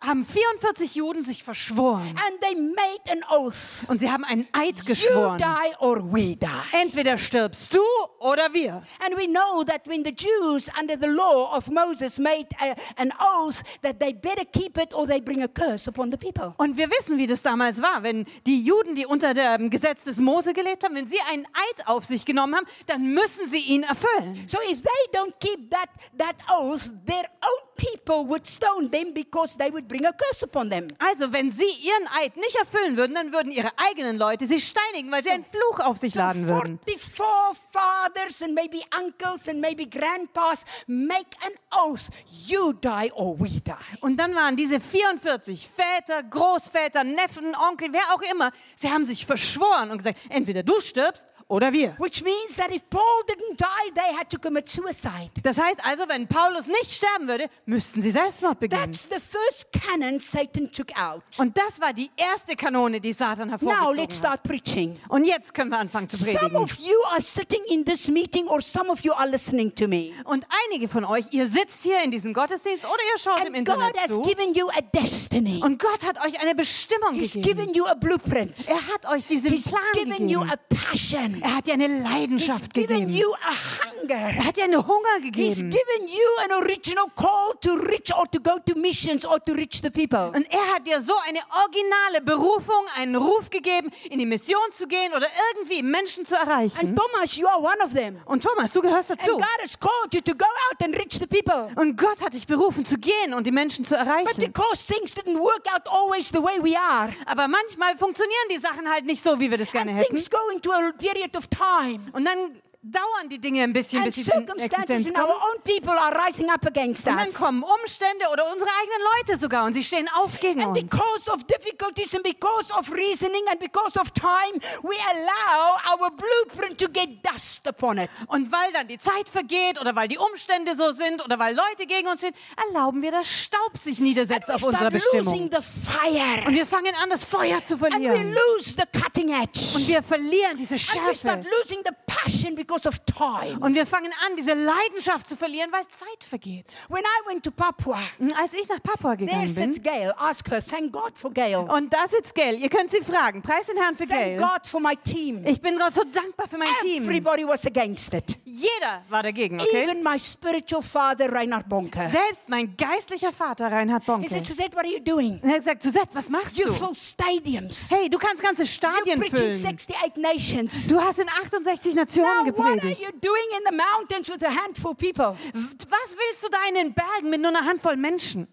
[SPEAKER 2] haben 44 Juden sich verschworen.
[SPEAKER 1] And they made an oath.
[SPEAKER 2] Und sie haben einen Eid
[SPEAKER 1] You
[SPEAKER 2] geschworen.
[SPEAKER 1] die or we die.
[SPEAKER 2] Entweder stirbst du oder wir.
[SPEAKER 1] And we know that when the Jews, under the law of Moses, made a, an oath that they better keep it or they bring a curse upon the people.
[SPEAKER 2] Und wir wissen, wie das damals war. Wenn die Juden, die unter dem Gesetz des Mose gelebt haben, wenn sie einen Eid auf sich genommen haben, dann müssen sie ihn erfüllen.
[SPEAKER 1] So if they don't keep that, that oath, their own people would stone them because they would bring a curse upon them.
[SPEAKER 2] Also, wenn sie ihren Eid nicht erfüllen würden, dann würden ihre eigenen Leute sie steinigen, weil sie einen Fluch auf sich
[SPEAKER 1] So
[SPEAKER 2] laden würden.
[SPEAKER 1] 44 fathers and maybe uncles and maybe grandpas make an oath you die or we die.
[SPEAKER 2] Und dann waren diese 44 Väter, Großväter, Neffen, Onkel, wer auch immer, sie haben sich verschworen und gesagt, entweder du stirbst oder wir.
[SPEAKER 1] Which means that if Paul didn't die, they had to commit suicide.
[SPEAKER 2] Das heißt also, wenn Paulus nicht sterben würde, müssten sie Selbstmord begehen.
[SPEAKER 1] That's the first cannon Satan took out.
[SPEAKER 2] Und das war die erste Kanone, die Satan
[SPEAKER 1] Now
[SPEAKER 2] hervorgezogen
[SPEAKER 1] let's
[SPEAKER 2] hat.
[SPEAKER 1] start preaching.
[SPEAKER 2] Und jetzt können wir anfangen zu
[SPEAKER 1] Some
[SPEAKER 2] predigen.
[SPEAKER 1] of you are sitting in this meeting or some of you are listening to me.
[SPEAKER 2] Und einige von euch, ihr sitzt hier in diesem Gottesdienst oder ihr schaut im
[SPEAKER 1] And God
[SPEAKER 2] Internet
[SPEAKER 1] has
[SPEAKER 2] zu.
[SPEAKER 1] given you a destiny.
[SPEAKER 2] Und Gott hat euch eine Bestimmung
[SPEAKER 1] He's
[SPEAKER 2] gegeben.
[SPEAKER 1] given you a blueprint.
[SPEAKER 2] Er hat euch diesen
[SPEAKER 1] He's
[SPEAKER 2] Plan
[SPEAKER 1] given you
[SPEAKER 2] gegeben.
[SPEAKER 1] a passion.
[SPEAKER 2] Er hat dir eine
[SPEAKER 1] He's
[SPEAKER 2] Leidenschaft
[SPEAKER 1] given
[SPEAKER 2] gegeben.
[SPEAKER 1] you a hunger.
[SPEAKER 2] Er hat dir einen Hunger
[SPEAKER 1] He's
[SPEAKER 2] gegeben.
[SPEAKER 1] given you an original call to reach or to go to missions or to reach the people.
[SPEAKER 2] Und er hat dir so eine originale Berufung, einen Ruf gegeben, in die Mission zu gehen oder irgendwie Menschen zu erreichen.
[SPEAKER 1] And Thomas, you are one of them.
[SPEAKER 2] Und Thomas, du gehörst dazu.
[SPEAKER 1] And God has called you to go out and reach the people.
[SPEAKER 2] Und Gott hat dich berufen, zu gehen und die Menschen zu
[SPEAKER 1] But
[SPEAKER 2] erreichen.
[SPEAKER 1] because things didn't work out always the way we are,
[SPEAKER 2] Aber manchmal funktionieren die Sachen halt nicht so, wie wir das gerne
[SPEAKER 1] and
[SPEAKER 2] hätten.
[SPEAKER 1] things go into a period of time.
[SPEAKER 2] Und dann dauern die Dinge ein bisschen,
[SPEAKER 1] And
[SPEAKER 2] bis sie in
[SPEAKER 1] circumstances
[SPEAKER 2] Existenz
[SPEAKER 1] in
[SPEAKER 2] kommen.
[SPEAKER 1] our own people are rising up against
[SPEAKER 2] Und dann
[SPEAKER 1] us.
[SPEAKER 2] kommen Umstände oder unsere eigenen Leute sogar und sie stehen auf gegen
[SPEAKER 1] And
[SPEAKER 2] uns.
[SPEAKER 1] because of difficulties and because of reasoning and because of time, we allow our blueprint to get dust upon it.
[SPEAKER 2] Und weil dann die Zeit vergeht oder weil die Umstände so sind oder weil Leute gegen uns stehen, erlauben wir, dass Staub sich niedersetzt
[SPEAKER 1] And
[SPEAKER 2] auf
[SPEAKER 1] we
[SPEAKER 2] unserer
[SPEAKER 1] start losing
[SPEAKER 2] Bestimmung.
[SPEAKER 1] the fire.
[SPEAKER 2] Und wir fangen an, das Feuer zu
[SPEAKER 1] And we
[SPEAKER 2] verlieren.
[SPEAKER 1] lose the cutting edge.
[SPEAKER 2] Und wir verlieren diese
[SPEAKER 1] And we start
[SPEAKER 2] Schärfe.
[SPEAKER 1] losing the passion because of time.
[SPEAKER 2] Und wir fangen an, diese Leidenschaft zu verlieren, weil Zeit vergeht.
[SPEAKER 1] When I went to Papua,
[SPEAKER 2] Und Als ich nach Papua
[SPEAKER 1] there
[SPEAKER 2] gegangen
[SPEAKER 1] sits
[SPEAKER 2] bin,
[SPEAKER 1] Gail. Ask her. Thank God for Gail.
[SPEAKER 2] und da sitzt Gail, ihr könnt sie fragen, preis den Herrn für
[SPEAKER 1] Thank
[SPEAKER 2] Oh, Gail.
[SPEAKER 1] God for my team.
[SPEAKER 2] Ich bin Gott so dankbar für mein Team.
[SPEAKER 1] Everybody was against it.
[SPEAKER 2] Jeder war dagegen, okay?
[SPEAKER 1] Even my spiritual father, Reinhard Bonke.
[SPEAKER 2] Selbst mein geistlicher Vater Reinhard
[SPEAKER 1] He
[SPEAKER 2] Bonke.
[SPEAKER 1] said, Suzette, what are you doing?
[SPEAKER 2] Und er hat gesagt, Suzette, was machst
[SPEAKER 1] You
[SPEAKER 2] du?
[SPEAKER 1] full stadiums.
[SPEAKER 2] Hey, du kannst ganze
[SPEAKER 1] You're
[SPEAKER 2] Stadien
[SPEAKER 1] preaching
[SPEAKER 2] füllen.
[SPEAKER 1] 68 nations.
[SPEAKER 2] Du hast in 68
[SPEAKER 1] Now,
[SPEAKER 2] Nationen
[SPEAKER 1] what are
[SPEAKER 2] gepredigt.
[SPEAKER 1] you doing in the mountains with a handful people?
[SPEAKER 2] Was willst du da in den Bergen mit nur einer Handvoll Menschen?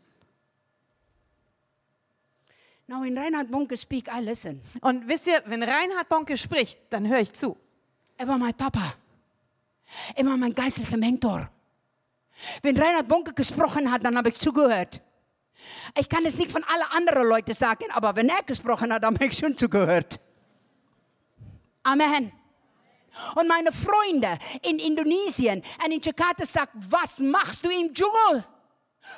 [SPEAKER 1] Now, when Reinhard Bonke speak, I listen.
[SPEAKER 2] Und wisst ihr, wenn Reinhard Bonke spricht, dann höre ich zu.
[SPEAKER 1] Er war mein Papa. Er war mein geistlicher Mentor. Wenn Reinhard Bonke gesprochen hat, dann habe ich zugehört. Ich kann es nicht von alle anderen Leuten sagen, aber wenn er gesprochen hat, dann habe ich schon zugehört. Amen. Und meine Freunde in Indonesien und in Jakarta sagen, was machst du im Dschungel?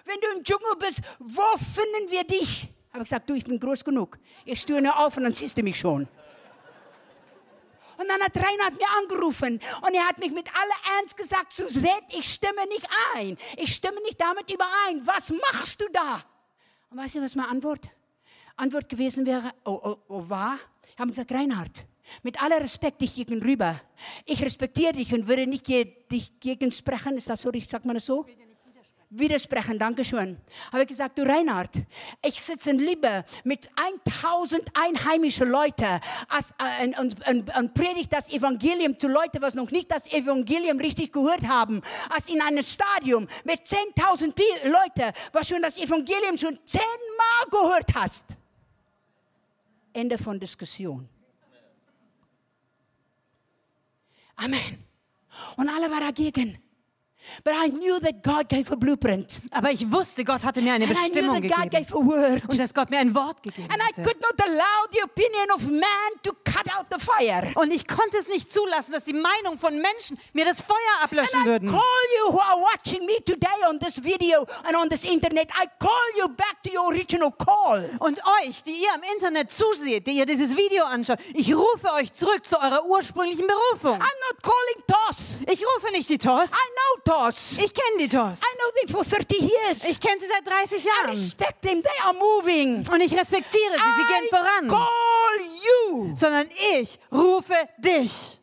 [SPEAKER 1] Wenn du im Dschungel bist, wo finden wir dich? Habe ich gesagt, du, ich bin groß genug. Ich stöhne auf und dann siehst du mich schon. Und dann hat Reinhard mir angerufen und er hat mich mit aller Ernst gesagt, Suzette, ich stimme nicht ein. Ich stimme nicht damit überein. Was machst du da? Und weißt du, was meine Antwort? Antwort gewesen wäre, oh, oh, oh war? Ich habe gesagt, Reinhard, mit aller Respekt dich gegenüber, ich respektiere dich und würde nicht je, dich gegen sprechen. Ist das so richtig? Sagt man das so? widersprechen. Dankeschön. Habe ich gesagt, du Reinhard, ich sitze in Liebe mit 1000 einheimischen Leuten als, äh, und, und, und, und predige das Evangelium zu Leuten, was noch nicht das Evangelium richtig gehört haben. Als in einem Stadium mit 10.000 Pi- Leuten, was schon das Evangelium schon zehnmal gehört hast. Ende von Diskussion. Amen. Und alle waren dagegen. But I knew that God gave a blueprint.
[SPEAKER 2] Aber ich wusste, Gott hatte mir eine
[SPEAKER 1] and I knew
[SPEAKER 2] Bestimmung
[SPEAKER 1] that God
[SPEAKER 2] gegeben.
[SPEAKER 1] gave a word.
[SPEAKER 2] Und er dass Gott mir ein Wort gegeben
[SPEAKER 1] And I
[SPEAKER 2] hatte.
[SPEAKER 1] could not allow the opinion of man to cut out the fire.
[SPEAKER 2] Und ich konnte es nicht zulassen, dass die Meinung von Menschen mir das Feuer ablöschen
[SPEAKER 1] And I
[SPEAKER 2] würden.
[SPEAKER 1] call you who are watching me today on this video and on this internet. I call you back to your original call.
[SPEAKER 2] Und euch, die ihr im Internet zuseht, die ihr dieses Video anschaut, ich rufe euch zurück zu eurer ursprünglichen Berufung.
[SPEAKER 1] I'm not calling Toss.
[SPEAKER 2] Ich rufe nicht die TOS.
[SPEAKER 1] I know Toss.
[SPEAKER 2] Ich kenne die TOS.
[SPEAKER 1] I know them for 30 years.
[SPEAKER 2] Ich kenne sie seit 30
[SPEAKER 1] I
[SPEAKER 2] Jahren.
[SPEAKER 1] respect them. They are moving.
[SPEAKER 2] Und ich respektiere sie. Sie gehen
[SPEAKER 1] I
[SPEAKER 2] voran.
[SPEAKER 1] call you
[SPEAKER 2] Sondern ich rufe dich.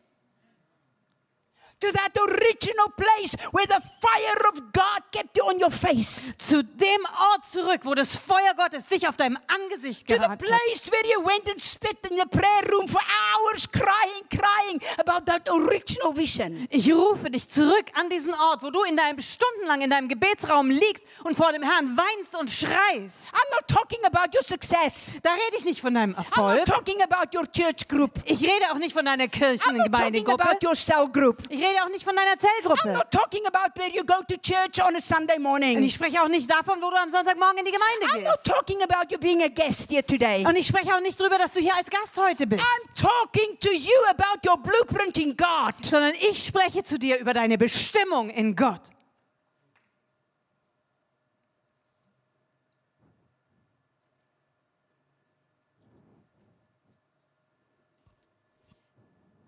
[SPEAKER 1] to that original place where the fire of God kept you on your face.
[SPEAKER 2] zu dem Ort zurück, wo das Feuer Gottes dich auf deinem Angesicht
[SPEAKER 1] to the
[SPEAKER 2] gehakt hat.
[SPEAKER 1] place where you went and spit in the prayer room for hours, crying, crying about that original vision.
[SPEAKER 2] Ich rufe dich zurück an diesen Ort, wo du in deinem stundenlang in deinem Gebetsraum liegst und vor dem Herrn weinst und schreist.
[SPEAKER 1] I'm not talking about your success.
[SPEAKER 2] Da rede ich nicht von deinem
[SPEAKER 1] I'm
[SPEAKER 2] Erfolg.
[SPEAKER 1] not talking about your church group.
[SPEAKER 2] Ich rede auch nicht von deiner
[SPEAKER 1] I'm not talking
[SPEAKER 2] Kirchengemeindegruppe.
[SPEAKER 1] about your cell group.
[SPEAKER 2] Ich rede auch nicht von deiner
[SPEAKER 1] I'm
[SPEAKER 2] Zellgruppe.
[SPEAKER 1] not talking about where you go to church on a Sunday
[SPEAKER 2] Und
[SPEAKER 1] morning.
[SPEAKER 2] ich spreche auch nicht davon, wo du am Sonntagmorgen in die
[SPEAKER 1] I'm
[SPEAKER 2] Gemeinde
[SPEAKER 1] not
[SPEAKER 2] gehst.
[SPEAKER 1] talking about you being a guest here today.
[SPEAKER 2] Und ich spreche auch nicht darüber, dass du hier als Gast heute bist.
[SPEAKER 1] I'm talking to you about your blueprint in God.
[SPEAKER 2] Sondern ich spreche zu dir über deine Bestimmung in Gott.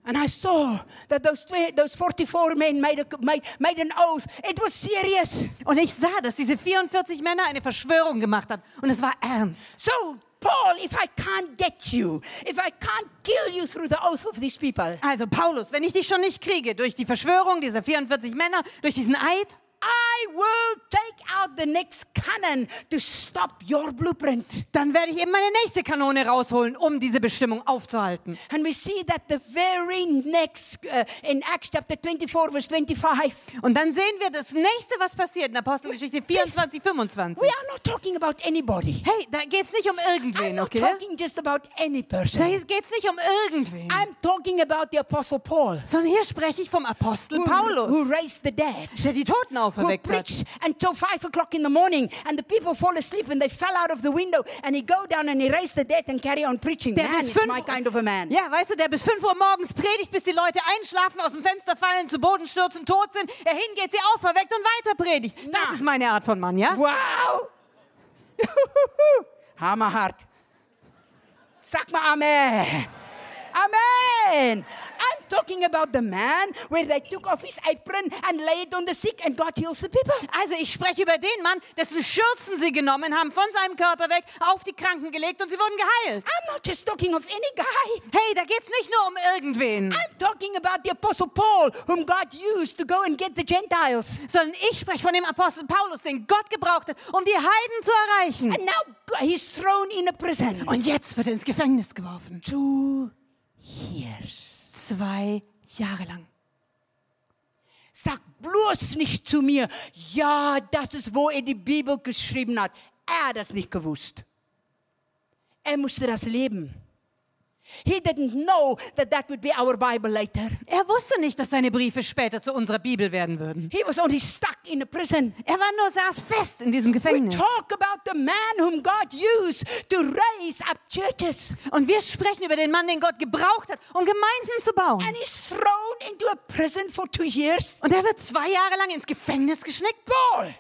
[SPEAKER 1] And I saw that those, three, those 44 men made, a, made, made an oath. It was serious.
[SPEAKER 2] Und ich sah, dass diese 44 Männer eine Verschwörung gemacht haben. Und es war ernst.
[SPEAKER 1] So, Paul, if I can't get you, if I can't kill you through the oath of these people,
[SPEAKER 2] Also, Paulus, wenn ich dich schon nicht kriege durch die Verschwörung dieser 44 Männer, durch diesen Eid,
[SPEAKER 1] I will take out the next cannon to stop your blueprint.
[SPEAKER 2] dann werde ich eben meine nächste Kanone rausholen, um diese Bestimmung aufzuhalten.
[SPEAKER 1] And we see that the very next, uh, in Acts chapter 24, verse 25,
[SPEAKER 2] Und dann sehen wir das nächste, was passiert in Apostelgeschichte 24, 25.
[SPEAKER 1] we are not talking about anybody.
[SPEAKER 2] Hey, da geht's nicht um
[SPEAKER 1] I'm
[SPEAKER 2] irgendwen,
[SPEAKER 1] not
[SPEAKER 2] okay?
[SPEAKER 1] talking just about any
[SPEAKER 2] Da
[SPEAKER 1] person.
[SPEAKER 2] geht's nicht um irgendwen.
[SPEAKER 1] I'm talking about the Apostle Paul,
[SPEAKER 2] Sondern hier spreche ich vom Apostel
[SPEAKER 1] who, who
[SPEAKER 2] Paulus,
[SPEAKER 1] raised the dead.
[SPEAKER 2] der die Toten
[SPEAKER 1] who
[SPEAKER 2] auferweckt hat.
[SPEAKER 1] preached until five o'clock in the morning, and the people fall asleep and they fell out of the window, and he go down and he raise the dead and carry on preaching.
[SPEAKER 2] Der
[SPEAKER 1] man,
[SPEAKER 2] bis
[SPEAKER 1] it's
[SPEAKER 2] fünf
[SPEAKER 1] my
[SPEAKER 2] Uhr-
[SPEAKER 1] kind of a man.
[SPEAKER 2] Ja, weißt du, der bis 5 Uhr morgens predigt, bis die Leute einschlafen, aus dem Fenster fallen, zu Boden stürzen, tot sind. Er hingeht, sie auferweckt und weiter predigt. Das
[SPEAKER 1] Na.
[SPEAKER 2] ist meine Art von Mann, ja?
[SPEAKER 1] Wow! [laughs] Hammerhart. Sag mal Amen. Amen. I'm talking about the man where they took off his apron and laid on the sick and God heals the people.
[SPEAKER 2] Also ich spreche über den Mann, dessen Schürzen sie genommen haben, von seinem Körper weg, auf die Kranken gelegt und sie wurden geheilt.
[SPEAKER 1] I'm not just talking of any guy.
[SPEAKER 2] Hey, da geht's nicht nur um irgendwen,
[SPEAKER 1] I'm talking about the apostle Paul whom God used to go and get the Gentiles.
[SPEAKER 2] sondern ich spreche von dem Apostel Paulus, den Gott gebraucht hat, um die Heiden zu erreichen.
[SPEAKER 1] And now go- he's thrown in a prison.
[SPEAKER 2] Und jetzt wird er ins Gefängnis geworfen.
[SPEAKER 1] Two years.
[SPEAKER 2] Zwei Jahre lang.
[SPEAKER 1] Sag bloß nicht zu mir, ja, das ist, wo er die Bibel geschrieben hat. Er hat das nicht gewusst. Er musste das leben. He didn't know that that would be our Bible later.
[SPEAKER 2] Er wusste nicht, dass seine Briefe später zu unserer Bibel werden würden.
[SPEAKER 1] He was only stuck in a prison.
[SPEAKER 2] Er war nur saß fest in diesem
[SPEAKER 1] We
[SPEAKER 2] Gefängnis.
[SPEAKER 1] talk about the man whom God used to raise up churches.
[SPEAKER 2] Und wir sprechen über den Mann, den Gott gebraucht hat, um Gemeinden zu bauen.
[SPEAKER 1] And he's thrown into a prison for two years.
[SPEAKER 2] Und er wird zwei Jahre lang ins Gefängnis geschnickt.
[SPEAKER 1] Paul,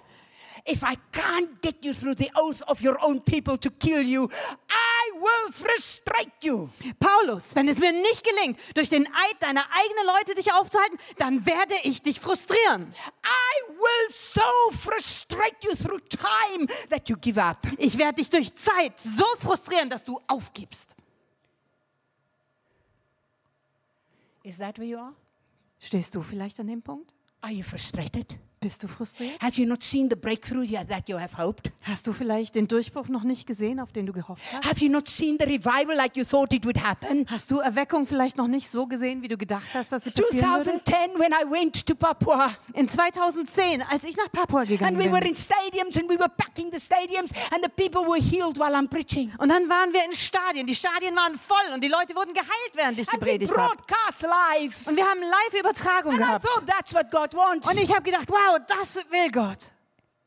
[SPEAKER 1] if I can't get you through the oath of your own people to kill you, I will frustrate you.
[SPEAKER 2] Paulus, wenn es mir nicht gelingt, durch den Eid deiner eigenen Leute dich aufzuhalten, dann werde ich dich frustrieren.
[SPEAKER 1] I will so frustrate you through time that you give up.
[SPEAKER 2] Ich werde dich durch Zeit so frustrieren, dass du aufgibst.
[SPEAKER 1] Is that where you are?
[SPEAKER 2] Stehst du vielleicht an dem Punkt?
[SPEAKER 1] Are you frustrated?
[SPEAKER 2] Bist du frustriert?
[SPEAKER 1] Have you not seen the breakthrough yet that you have hoped?
[SPEAKER 2] Hast du vielleicht den Durchbruch noch nicht gesehen, auf den du gehofft hast?
[SPEAKER 1] Have you not seen the revival like you thought it would happen?
[SPEAKER 2] Hast du Erweckung vielleicht noch nicht so gesehen, wie du gedacht hast, dass sie passieren würde?
[SPEAKER 1] 2010, when I went to Papua,
[SPEAKER 2] In 2010, als ich nach Papua gegangen
[SPEAKER 1] and we were
[SPEAKER 2] bin.
[SPEAKER 1] in stadiums and we were packing the stadiums, and the people were healed while I'm preaching.
[SPEAKER 2] Und dann waren wir in Stadien. Die Stadien waren voll und die Leute wurden geheilt, während ich
[SPEAKER 1] And we
[SPEAKER 2] gepredigt habe.
[SPEAKER 1] broadcast live.
[SPEAKER 2] Und wir haben Live-Übertragung
[SPEAKER 1] And I
[SPEAKER 2] gehabt.
[SPEAKER 1] thought that's what God wants.
[SPEAKER 2] Und ich habe gedacht, wow, das will Gott.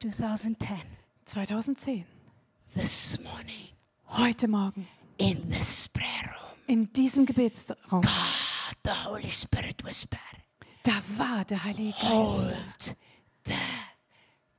[SPEAKER 1] 2010,
[SPEAKER 2] 2010,
[SPEAKER 1] this morning,
[SPEAKER 2] heute Morgen,
[SPEAKER 1] in this prayer room,
[SPEAKER 2] in diesem Gebetsraum,
[SPEAKER 1] the Holy Spirit whispered,
[SPEAKER 2] da war der Heilige Geist.
[SPEAKER 1] Hold the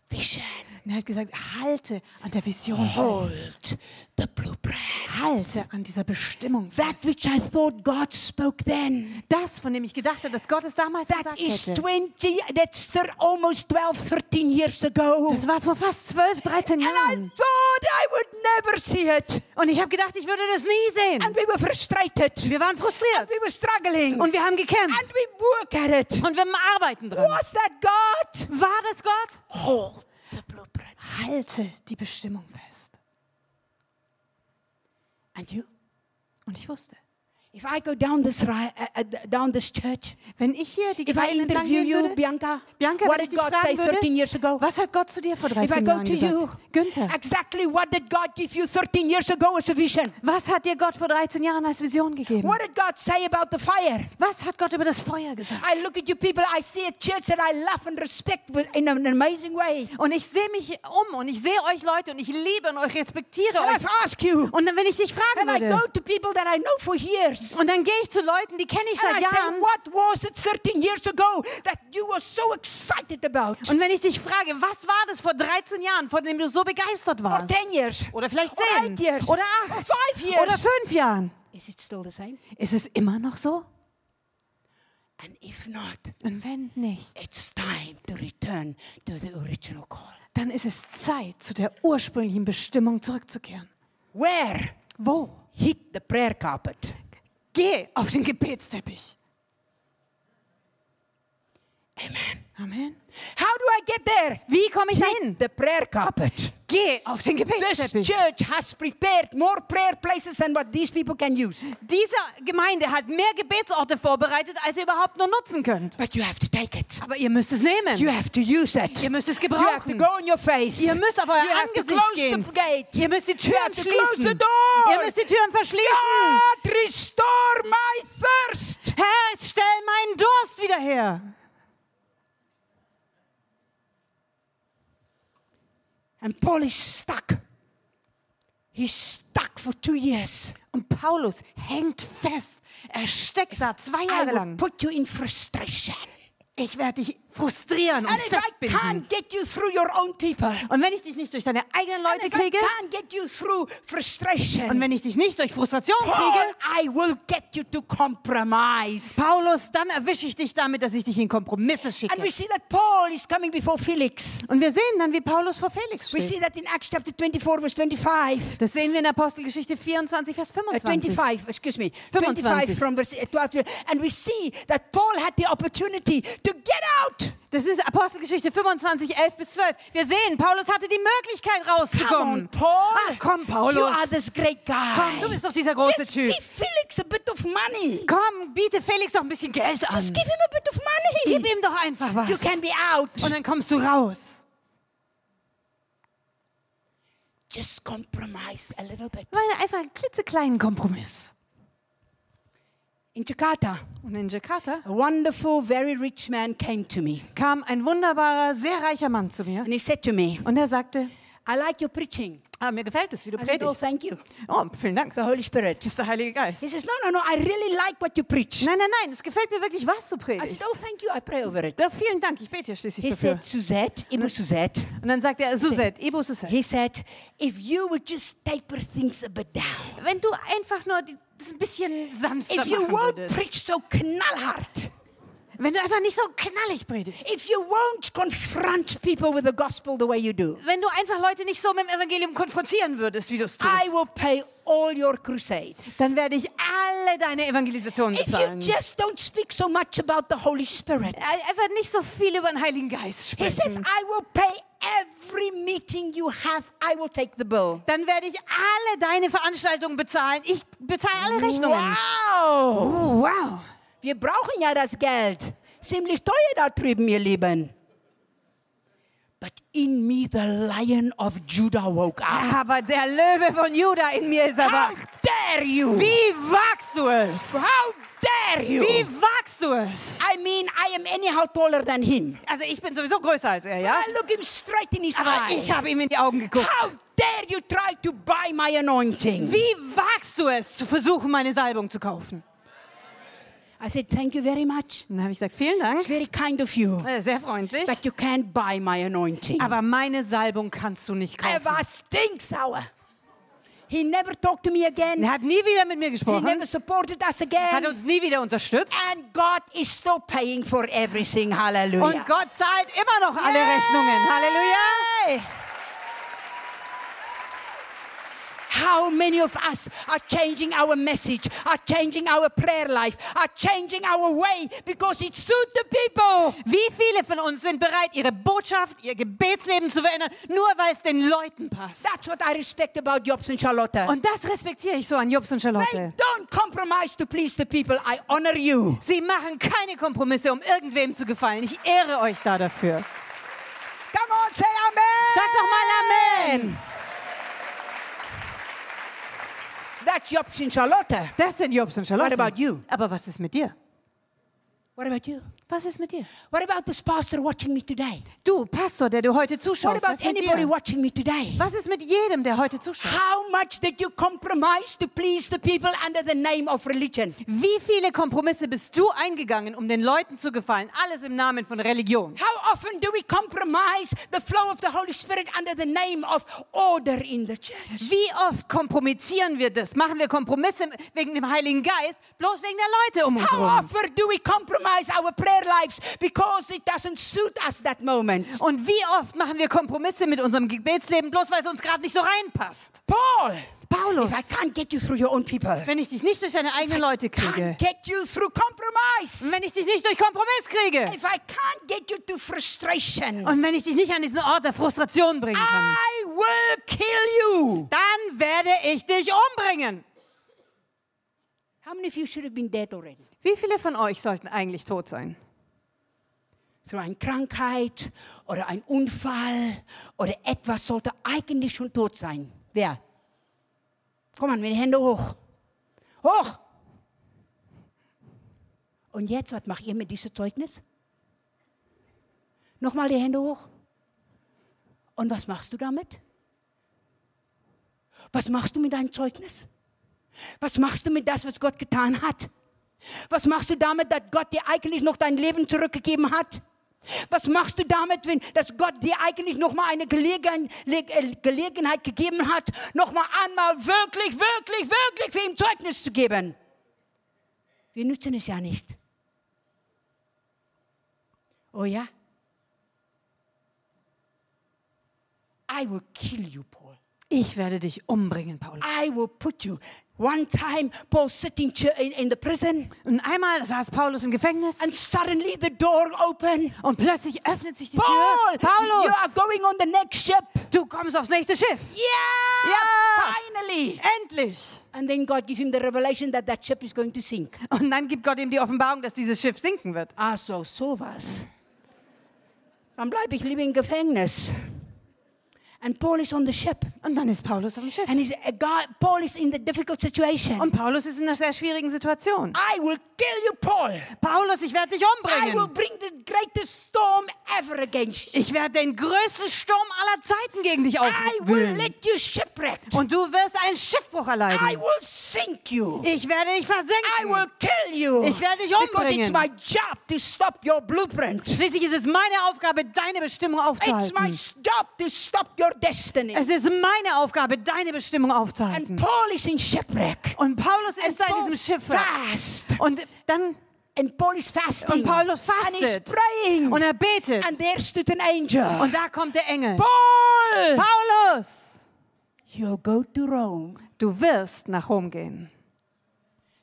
[SPEAKER 1] vision.
[SPEAKER 2] Und er hat gesagt, halte an der Vision fest.
[SPEAKER 1] Hold the blueprint.
[SPEAKER 2] Halte an dieser Bestimmung fest.
[SPEAKER 1] That which I thought God spoke then.
[SPEAKER 2] Das, von dem ich gedacht habe, dass Gott es damals
[SPEAKER 1] That
[SPEAKER 2] gesagt
[SPEAKER 1] is
[SPEAKER 2] hätte.
[SPEAKER 1] 20, that's thir- almost 12, 13 years ago.
[SPEAKER 2] Das war vor fast 12, 13
[SPEAKER 1] And I
[SPEAKER 2] Jahren.
[SPEAKER 1] thought I would never see it.
[SPEAKER 2] Und ich habe gedacht, ich würde das nie
[SPEAKER 1] And
[SPEAKER 2] sehen.
[SPEAKER 1] we were frustrated.
[SPEAKER 2] Wir waren frustriert.
[SPEAKER 1] We were struggling.
[SPEAKER 2] Und wir haben gekämpft.
[SPEAKER 1] And we work at it.
[SPEAKER 2] Und wir arbeiten dran.
[SPEAKER 1] Was that God?
[SPEAKER 2] War das Gott?
[SPEAKER 1] Hold the blueprint.
[SPEAKER 2] Halte die Bestimmung fest.
[SPEAKER 1] And you?
[SPEAKER 2] Und ich wusste,
[SPEAKER 1] If I go down this, ri- uh, uh, down this church,
[SPEAKER 2] wenn ich hier die
[SPEAKER 1] if I
[SPEAKER 2] Gemeinden entlang
[SPEAKER 1] interview
[SPEAKER 2] gehen
[SPEAKER 1] you,
[SPEAKER 2] würde,
[SPEAKER 1] Bianca,
[SPEAKER 2] Bianca,
[SPEAKER 1] what
[SPEAKER 2] wenn ich
[SPEAKER 1] did
[SPEAKER 2] dich
[SPEAKER 1] God
[SPEAKER 2] fragen
[SPEAKER 1] say
[SPEAKER 2] würde,
[SPEAKER 1] 13 years ago?
[SPEAKER 2] was hat Gott zu dir vor
[SPEAKER 1] If I
[SPEAKER 2] 13
[SPEAKER 1] go
[SPEAKER 2] Jahren
[SPEAKER 1] to you,
[SPEAKER 2] gesagt? Günther,
[SPEAKER 1] exactly what did God give you 13 years ago as a vision?
[SPEAKER 2] was hat dir Gott vor 13 Jahren als Vision gegeben?
[SPEAKER 1] What did God say about the fire?
[SPEAKER 2] Was hat Gott über das Feuer gesagt?
[SPEAKER 1] I look at you people, I see a church that I love and respect with- in an amazing way.
[SPEAKER 2] Und ich sehe mich um und ich sehe euch Leute und ich liebe und euch respektiere
[SPEAKER 1] And
[SPEAKER 2] euch.
[SPEAKER 1] I've asked you,
[SPEAKER 2] Und dann, wenn ich dich fragen
[SPEAKER 1] and I go
[SPEAKER 2] würde,
[SPEAKER 1] to people that I know for years.
[SPEAKER 2] und dann gehe ich zu Leuten, die kenne ich
[SPEAKER 1] And I
[SPEAKER 2] seit
[SPEAKER 1] say,
[SPEAKER 2] Jahren.
[SPEAKER 1] what was it 13 years ago that you were so excited about?
[SPEAKER 2] Und wenn ich dich frage, was war das vor 13 Jahren, von dem du so begeistert
[SPEAKER 1] Or
[SPEAKER 2] warst?
[SPEAKER 1] 10 years?
[SPEAKER 2] Oder vielleicht
[SPEAKER 1] Or
[SPEAKER 2] 10
[SPEAKER 1] 8 years?
[SPEAKER 2] oder
[SPEAKER 1] Or
[SPEAKER 2] 8
[SPEAKER 1] 5 years?
[SPEAKER 2] oder 5 Jahren.
[SPEAKER 1] Is it still the same?
[SPEAKER 2] Ist es immer noch so?
[SPEAKER 1] And if not,
[SPEAKER 2] Und wenn nicht,
[SPEAKER 1] it's time to return to the original call.
[SPEAKER 2] dann ist es Zeit, zu der ursprünglichen Bestimmung zurückzukehren.
[SPEAKER 1] Where?
[SPEAKER 2] Wo?
[SPEAKER 1] Hit the prayer carpet.
[SPEAKER 2] Geh auf den Gebetsteppich. Amen. Amen.
[SPEAKER 1] How do I get there?
[SPEAKER 2] Wie komme ich dahin?
[SPEAKER 1] Hit the prayer carpet.
[SPEAKER 2] Geh auf den
[SPEAKER 1] This
[SPEAKER 2] Gebetsteppich.
[SPEAKER 1] church has prepared more prayer places than what these people can use.
[SPEAKER 2] Diese Gemeinde hat mehr Gebetsorte vorbereitet, als ihr überhaupt nur nutzen könnt.
[SPEAKER 1] But you have to take it.
[SPEAKER 2] Aber ihr müsst es nehmen.
[SPEAKER 1] You have to use it.
[SPEAKER 2] Ihr müsst es
[SPEAKER 1] You have to
[SPEAKER 2] gebrauchen.
[SPEAKER 1] go on your face.
[SPEAKER 2] Ihr müsst auf euer
[SPEAKER 1] you have to
[SPEAKER 2] Angesicht
[SPEAKER 1] close
[SPEAKER 2] gehen.
[SPEAKER 1] the gate.
[SPEAKER 2] Ihr müsst die
[SPEAKER 1] You have
[SPEAKER 2] Türen
[SPEAKER 1] to close the
[SPEAKER 2] schließen.
[SPEAKER 1] door.
[SPEAKER 2] Ihr müsst die Türen verschließen.
[SPEAKER 1] God, restore my thirst.
[SPEAKER 2] Herr, stell meinen Durst wieder her.
[SPEAKER 1] And Paul is stuck. He's stuck for two years.
[SPEAKER 2] Und Paulus hängt fest. Er steckt da zwei
[SPEAKER 1] I
[SPEAKER 2] Jahre
[SPEAKER 1] will
[SPEAKER 2] lang.
[SPEAKER 1] put you in frustration.
[SPEAKER 2] Ich werde dich frustrieren und
[SPEAKER 1] And if I
[SPEAKER 2] festbinden.
[SPEAKER 1] can't get you through your own people, and
[SPEAKER 2] Und wenn ich dich nicht durch deine eigenen Leute
[SPEAKER 1] if I
[SPEAKER 2] kriege
[SPEAKER 1] can't get you through
[SPEAKER 2] und
[SPEAKER 1] frustration,
[SPEAKER 2] wenn ich dich nicht durch Frustration
[SPEAKER 1] Paul,
[SPEAKER 2] kriege,
[SPEAKER 1] I will get you to compromise.
[SPEAKER 2] Paulus, dann erwische ich dich damit, dass ich dich in Kompromisse schicke.
[SPEAKER 1] And we see that Paul is coming before Felix.
[SPEAKER 2] Und wir sehen dann, wie Paulus vor Felix
[SPEAKER 1] We
[SPEAKER 2] steht.
[SPEAKER 1] see that in Acts chapter 24, verse Uh, 25.
[SPEAKER 2] Das sehen wir in Apostelgeschichte 24, Vers
[SPEAKER 1] Uh,
[SPEAKER 2] 25.
[SPEAKER 1] 25, excuse me,
[SPEAKER 2] 25.
[SPEAKER 1] 25 from verse uh, 12. to- And we see that Paul had the opportunity to get out.
[SPEAKER 2] Das ist Apostelgeschichte 25, 11 bis 12. Wir sehen, Paulus hatte die Möglichkeit
[SPEAKER 1] Come on,
[SPEAKER 2] rauszukommen.
[SPEAKER 1] Paul.
[SPEAKER 2] Ah, komm,
[SPEAKER 1] You
[SPEAKER 2] Paulus.
[SPEAKER 1] are this great guy.
[SPEAKER 2] Komm, du bist doch dieser große
[SPEAKER 1] Just
[SPEAKER 2] Typ.
[SPEAKER 1] give Felix a bit of money.
[SPEAKER 2] Komm, biete Felix doch ein bisschen Geld an.
[SPEAKER 1] Just give him a bit of
[SPEAKER 2] Gib
[SPEAKER 1] money.
[SPEAKER 2] ihm doch einfach was.
[SPEAKER 1] You can be out.
[SPEAKER 2] Und dann kommst du raus.
[SPEAKER 1] Just compromise a little bit.
[SPEAKER 2] Weil einfach einen klitzekleinen Kompromiss.
[SPEAKER 1] In Jakarta,
[SPEAKER 2] Und in Jakarta
[SPEAKER 1] a wonderful, very rich man came to me
[SPEAKER 2] kam ein wunderbarer, sehr reicher Mann zu mir.
[SPEAKER 1] and he said to me,
[SPEAKER 2] Und er sagte,
[SPEAKER 1] I like your preaching.
[SPEAKER 2] ah, mir gefällt es, wie du
[SPEAKER 1] I said, Oh,
[SPEAKER 2] predigst.
[SPEAKER 1] thank you.
[SPEAKER 2] Oh, vielen Dank.
[SPEAKER 1] The Holy Spirit.
[SPEAKER 2] Das ist der Heilige Geist.
[SPEAKER 1] He says, No, no, no, I really like what you preach.
[SPEAKER 2] Nein, nein, nein, es gefällt mir wirklich, was du
[SPEAKER 1] I said,
[SPEAKER 2] predigst.
[SPEAKER 1] Oh, thank you. I pray over it.
[SPEAKER 2] Ja, vielen Dank, ich bete ja schließlich
[SPEAKER 1] He
[SPEAKER 2] dafür.
[SPEAKER 1] said, Suzette, Ibu Suzette,
[SPEAKER 2] Und dann sagt er, Suzette, Ibu Suzette,
[SPEAKER 1] he said, if you would just taper things a bit down,
[SPEAKER 2] wenn du einfach nur die, das ein bisschen sanfter
[SPEAKER 1] if you
[SPEAKER 2] machen
[SPEAKER 1] won't
[SPEAKER 2] würdest,
[SPEAKER 1] preach so knallhart,
[SPEAKER 2] wenn du einfach nicht so knallig predigst,
[SPEAKER 1] if you won't confront people with the gospel the way you do,
[SPEAKER 2] wenn du einfach Leute nicht so mit dem Evangelium konfrontieren würdest, wie du es
[SPEAKER 1] I
[SPEAKER 2] tust,
[SPEAKER 1] will pay all your crusades.
[SPEAKER 2] dann werde ich alle deine Evangelisationen
[SPEAKER 1] If you
[SPEAKER 2] bezahlen.
[SPEAKER 1] just don't speak so much about the Holy Spirit,
[SPEAKER 2] Ein- Einfach nicht so viel über den Heiligen Geist
[SPEAKER 1] he says,
[SPEAKER 2] sprechen.
[SPEAKER 1] I will pay every meeting you have, I will take the bill.
[SPEAKER 2] Dann werde ich alle deine Veranstaltungen bezahlen. Ich bezahle alle Rechnungen.
[SPEAKER 1] Wow!
[SPEAKER 2] Oh, wow.
[SPEAKER 1] Wir brauchen ja das Geld. Ziemlich teuer da drüben, ihr Lieben. But in me the lion of Judah woke up.
[SPEAKER 2] Ah, Aber der Löwe von Juda in mir ist
[SPEAKER 1] How
[SPEAKER 2] erwacht.
[SPEAKER 1] dare you?
[SPEAKER 2] Ah. Wie wagst du es?
[SPEAKER 1] How dare you?
[SPEAKER 2] Wie wagst du es?
[SPEAKER 1] I mean, I am anyhow taller than him.
[SPEAKER 2] Also ich bin sowieso größer als er, ja?
[SPEAKER 1] I look him straight in his
[SPEAKER 2] Aber ich
[SPEAKER 1] eye.
[SPEAKER 2] habe ihm in die Augen geguckt.
[SPEAKER 1] How dare you try to buy my anointing?
[SPEAKER 2] Wie wagst du es, zu versuchen, meine Salbung zu kaufen?
[SPEAKER 1] I said, thank you very much.
[SPEAKER 2] Und dann habe ich gesagt, vielen Dank.
[SPEAKER 1] It's very kind of you.
[SPEAKER 2] Äh, Sehr freundlich.
[SPEAKER 1] But you can't buy my anointing.
[SPEAKER 2] Aber meine Salbung kannst du nicht
[SPEAKER 1] I
[SPEAKER 2] kaufen.
[SPEAKER 1] was stinksauer. He never talked to me again.
[SPEAKER 2] Er hat nie wieder mit mir
[SPEAKER 1] He
[SPEAKER 2] gesprochen.
[SPEAKER 1] never supported us
[SPEAKER 2] Hat
[SPEAKER 1] again.
[SPEAKER 2] uns nie wieder unterstützt.
[SPEAKER 1] And God is still paying for everything. Hallelujah.
[SPEAKER 2] Und Gott zahlt immer noch alle
[SPEAKER 1] Yay!
[SPEAKER 2] Rechnungen. Halleluja.
[SPEAKER 1] How many of us are changing our message, are changing our prayer life, are changing our way because it suits the people?
[SPEAKER 2] Wie viele von uns sind bereit, ihre Botschaft, ihr Gebetsleben zu verändern, nur weil es den Leuten passt?
[SPEAKER 1] That's what I respect about Jobs and Charlotte.
[SPEAKER 2] Und das respektiere ich so an Jobs und
[SPEAKER 1] They
[SPEAKER 2] Charlotte.
[SPEAKER 1] don't compromise to please the people. I honor you.
[SPEAKER 2] Sie machen keine Kompromisse, um irgendwem zu gefallen. Ich ehre euch da dafür.
[SPEAKER 1] Come on, say amen.
[SPEAKER 2] Sag doch mal Amen.
[SPEAKER 1] That's Jobs and Charlotte.
[SPEAKER 2] Das sind Jobs und Charlotte.
[SPEAKER 1] What about you?
[SPEAKER 2] Aber was ist mit dir?
[SPEAKER 1] What about you?
[SPEAKER 2] Was ist mit dir?
[SPEAKER 1] What about this pastor watching me today?
[SPEAKER 2] Du, Pastor, der du heute
[SPEAKER 1] What
[SPEAKER 2] zuschaust, was,
[SPEAKER 1] about
[SPEAKER 2] mit
[SPEAKER 1] anybody
[SPEAKER 2] dir?
[SPEAKER 1] watching me today?
[SPEAKER 2] was ist mit jedem, der heute zuschaut?
[SPEAKER 1] How much did you compromise to please the people under the name of religion?
[SPEAKER 2] Wie viele Kompromisse bist du eingegangen, um den Leuten zu gefallen? Alles im Namen von Religion.
[SPEAKER 1] How often do we compromise the flow of the Holy Spirit under the name of order in the church?
[SPEAKER 2] Wie oft kompromittieren wir das? Machen wir Kompromisse wegen dem Heiligen Geist, bloß wegen der Leute um uns
[SPEAKER 1] How
[SPEAKER 2] herum?
[SPEAKER 1] often do we compromise our prayer lives because it doesn't suit us that moment?
[SPEAKER 2] Und wie oft machen wir Kompromisse mit unserem Gebetsleben, bloß weil es uns gerade nicht so reinpasst?
[SPEAKER 1] Paul,
[SPEAKER 2] Paulus,
[SPEAKER 1] if I can't get you through your own people,
[SPEAKER 2] wenn ich dich nicht durch deine eigenen Leute kriege,
[SPEAKER 1] can't get you through compromise,
[SPEAKER 2] wenn ich dich nicht durch Kompromiss kriege
[SPEAKER 1] if I can't get you to frustration,
[SPEAKER 2] und wenn ich dich nicht an diesen Ort der Frustration bringen kann,
[SPEAKER 1] I will kill you.
[SPEAKER 2] dann werde ich dich umbringen.
[SPEAKER 1] How many of you should have been dead already?
[SPEAKER 2] Wie viele von euch sollten eigentlich tot sein?
[SPEAKER 1] Through eine Krankheit oder ein Unfall oder etwas sollte eigentlich schon tot sein. Wer? Komm an, mit den Händen hoch. Hoch! Und jetzt, was macht ihr mit diesem Zeugnis? Nochmal die Hände hoch. Und was machst du damit? Was machst du mit deinem Zeugnis? Was machst du mit das, was Gott getan hat? Was machst du damit, dass Gott dir eigentlich noch dein Leben zurückgegeben hat? Was machst du damit, wenn dass Gott dir eigentlich noch mal eine Gelegen, Le- äh, Gelegenheit gegeben hat, noch mal einmal wirklich, wirklich, wirklich für ihm Zeugnis zu geben? Wir nutzen es ja nicht. Oh ja? I will kill you, Paul.
[SPEAKER 2] Ich werde dich umbringen, Paulus.
[SPEAKER 1] I will put you. One time, Paul sitting ch- in, in the prison,
[SPEAKER 2] Und einmal saß Paulus im Gefängnis
[SPEAKER 1] and suddenly the door opened.
[SPEAKER 2] und plötzlich öffnet sich die
[SPEAKER 1] Ah. Paul,
[SPEAKER 2] Tür.
[SPEAKER 1] you
[SPEAKER 2] Paulus,
[SPEAKER 1] are going on the next ship.
[SPEAKER 2] du kommst aufs nächste Schiff.
[SPEAKER 1] Yeah,
[SPEAKER 2] Yeah.
[SPEAKER 1] finally.
[SPEAKER 2] Endlich.
[SPEAKER 1] And then God give him the revelation that that ship is going to sink.
[SPEAKER 2] Und dann gibt Gott ihm die Offenbarung, dass dieses Schiff sinken wird.
[SPEAKER 1] Ah, so, sowas. Dann bleibe ich lieber im Gefängnis. And Paul is on the ship.
[SPEAKER 2] Und dann ist Paulus auf dem Schiff.
[SPEAKER 1] And he's, uh, God, Paul is in the difficult situation.
[SPEAKER 2] Und Paulus ist in einer sehr schwierigen Situation.
[SPEAKER 1] Um, I will kill you, Paul.
[SPEAKER 2] Paulus, ich werde dich
[SPEAKER 1] Ah. I will
[SPEAKER 2] umbringen.
[SPEAKER 1] bring the greatest storm ever against you.
[SPEAKER 2] Ich werde den größten Sturm aller Zeiten gegen dich
[SPEAKER 1] I will
[SPEAKER 2] aufwühlen.
[SPEAKER 1] let you shipwrecked.
[SPEAKER 2] Und du wirst einen Schiffbruch
[SPEAKER 1] I
[SPEAKER 2] erleiden.
[SPEAKER 1] will sink you.
[SPEAKER 2] Ich werde dich
[SPEAKER 1] I will
[SPEAKER 2] versenken.
[SPEAKER 1] kill you.
[SPEAKER 2] Mm. Ich werde dich
[SPEAKER 1] Because it's
[SPEAKER 2] umbringen.
[SPEAKER 1] my job to stop your blueprint.
[SPEAKER 2] Schließlich ist es meine Aufgabe, deine Bestimmung
[SPEAKER 1] It's my
[SPEAKER 2] aufzuhalten.
[SPEAKER 1] job to stop your destiny.
[SPEAKER 2] Es ist meine Aufgabe, deine Bestimmung
[SPEAKER 1] And
[SPEAKER 2] aufzuhalten.
[SPEAKER 1] Paul is in shipwreck.
[SPEAKER 2] Und Paulus ist da in
[SPEAKER 1] Paul
[SPEAKER 2] diesem Schiff.
[SPEAKER 1] fast.
[SPEAKER 2] Und dann,
[SPEAKER 1] And Paul is fasting.
[SPEAKER 2] Und Paulus
[SPEAKER 1] And he's
[SPEAKER 2] fastet.
[SPEAKER 1] praying.
[SPEAKER 2] und er betet.
[SPEAKER 1] and there stood an angel.
[SPEAKER 2] Und da kommt der Engel.
[SPEAKER 1] Paul,
[SPEAKER 2] Paulus,
[SPEAKER 1] you go to Rome
[SPEAKER 2] du wirst nach Rom gehen.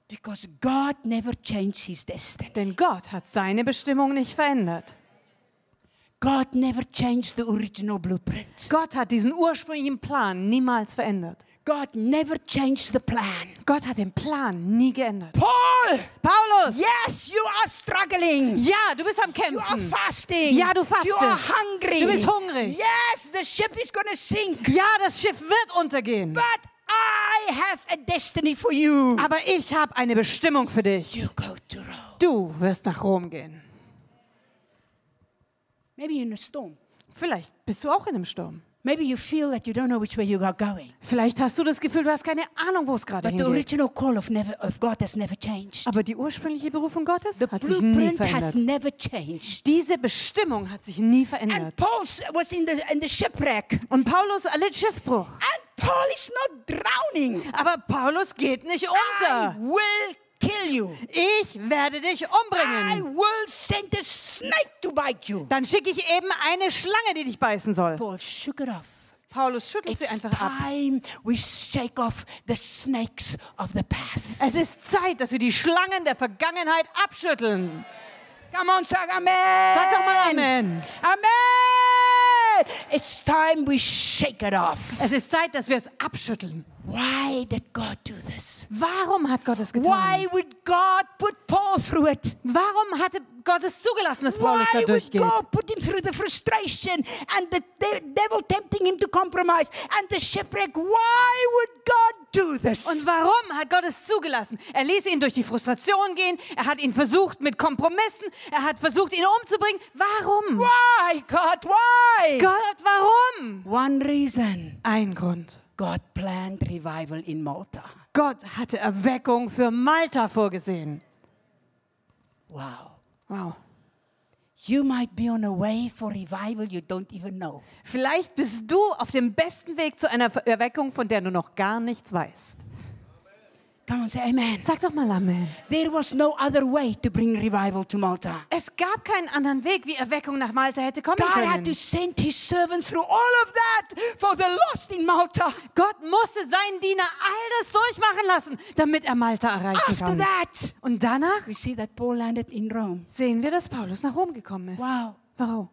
[SPEAKER 1] because God never changed his destiny.
[SPEAKER 2] Denn Gott hat seine Bestimmung nicht verändert.
[SPEAKER 1] God never changed the original blueprint.
[SPEAKER 2] Gott hat diesen ursprünglichen Plan niemals verändert.
[SPEAKER 1] God never changed the plan.
[SPEAKER 2] Gott hat den Plan nie geändert.
[SPEAKER 1] Paul,
[SPEAKER 2] Paulus,
[SPEAKER 1] yes, you are struggling.
[SPEAKER 2] ja, du bist am
[SPEAKER 1] You are
[SPEAKER 2] Kämpfen.
[SPEAKER 1] fasting.
[SPEAKER 2] Ja, du
[SPEAKER 1] You are
[SPEAKER 2] fastest.
[SPEAKER 1] hungry.
[SPEAKER 2] Du bist hungrig.
[SPEAKER 1] Yes, the ship is going to sink.
[SPEAKER 2] Ja, das Schiff wird untergehen.
[SPEAKER 1] But I have a destiny for you.
[SPEAKER 2] Aber ich habe eine Bestimmung für dich.
[SPEAKER 1] You go to Rome.
[SPEAKER 2] Du wirst nach Rom gehen.
[SPEAKER 1] Maybe you're in a storm.
[SPEAKER 2] Vielleicht bist du auch in einem Sturm.
[SPEAKER 1] Maybe you feel that you don't know which way you are going.
[SPEAKER 2] Vielleicht hast du das Gefühl, du hast keine Ahnung, wo es gerade
[SPEAKER 1] But the
[SPEAKER 2] hingeht.
[SPEAKER 1] original call of, never, of God has never changed.
[SPEAKER 2] Aber die ursprüngliche Berufung Gottes
[SPEAKER 1] The
[SPEAKER 2] hat sich nie
[SPEAKER 1] blueprint has
[SPEAKER 2] verändert.
[SPEAKER 1] never changed.
[SPEAKER 2] Diese Bestimmung hat sich nie
[SPEAKER 1] And
[SPEAKER 2] verändert.
[SPEAKER 1] Paul was in the, in the shipwreck.
[SPEAKER 2] Und Paulus erlitt Schiffbruch.
[SPEAKER 1] And Paul is not drowning.
[SPEAKER 2] Aber Paulus geht nicht
[SPEAKER 1] I
[SPEAKER 2] unter.
[SPEAKER 1] will kill you.
[SPEAKER 2] Ich werde dich
[SPEAKER 1] I
[SPEAKER 2] umbringen.
[SPEAKER 1] will send a snake to bite you.
[SPEAKER 2] Dann schicke ich eben eine Schlange, die dich beißen soll.
[SPEAKER 1] Paul shook it off.
[SPEAKER 2] Paulus schüttelt sie
[SPEAKER 1] It's
[SPEAKER 2] einfach ab.
[SPEAKER 1] time we shake off the snakes of the past.
[SPEAKER 2] Es ist Zeit, dass wir die Schlangen der Vergangenheit abschütteln.
[SPEAKER 1] Come on, sag Amen.
[SPEAKER 2] Sag doch mal Amen.
[SPEAKER 1] Amen. It's time we shake it off.
[SPEAKER 2] Es ist Zeit, dass wir es abschütteln.
[SPEAKER 1] Why did God do this?
[SPEAKER 2] Warum hat Gott es getan?
[SPEAKER 1] Why would God put Paul through it?
[SPEAKER 2] Warum hatte Gott es zugelassen, dass
[SPEAKER 1] Why
[SPEAKER 2] Paulus da
[SPEAKER 1] would
[SPEAKER 2] durchgeht?
[SPEAKER 1] God put him through the frustration and the de- devil tempting him to compromise and the shipwreck? Why would God do
[SPEAKER 2] Und
[SPEAKER 1] this?
[SPEAKER 2] warum hat Gott es zugelassen? Er ließ ihn durch die Frustration gehen, er hat ihn versucht mit Kompromissen, er hat versucht, ihn umzubringen. Warum?
[SPEAKER 1] Why, God? Why?
[SPEAKER 2] Gott, warum?
[SPEAKER 1] One reason.
[SPEAKER 2] Ein Grund.
[SPEAKER 1] God planned revival in Malta.
[SPEAKER 2] Gott hatte Erweckung für Malta vorgesehen.
[SPEAKER 1] Wow.
[SPEAKER 2] Wow.
[SPEAKER 1] You might be on a way for revival you don't even know.
[SPEAKER 2] Vielleicht bist du auf dem besten Weg zu einer Erweckung, von der du noch gar nichts weißt.
[SPEAKER 1] Come on, say amen.
[SPEAKER 2] Sag doch mal Amen.
[SPEAKER 1] There was no other way to bring revival to Malta.
[SPEAKER 2] Es gab keinen anderen Weg, wie Erweckung nach Malta hätte kommen
[SPEAKER 1] God had to
[SPEAKER 2] können.
[SPEAKER 1] send his servants through all of that for the lost in Malta.
[SPEAKER 2] Gott musste seinen Diener all das durchmachen lassen, damit er Malta erreichen
[SPEAKER 1] After
[SPEAKER 2] kann.
[SPEAKER 1] that,
[SPEAKER 2] Und danach
[SPEAKER 1] we see that Paul landed in Rome.
[SPEAKER 2] sehen wir, dass Paulus nach Rom gekommen ist.
[SPEAKER 1] Wow.
[SPEAKER 2] Warum?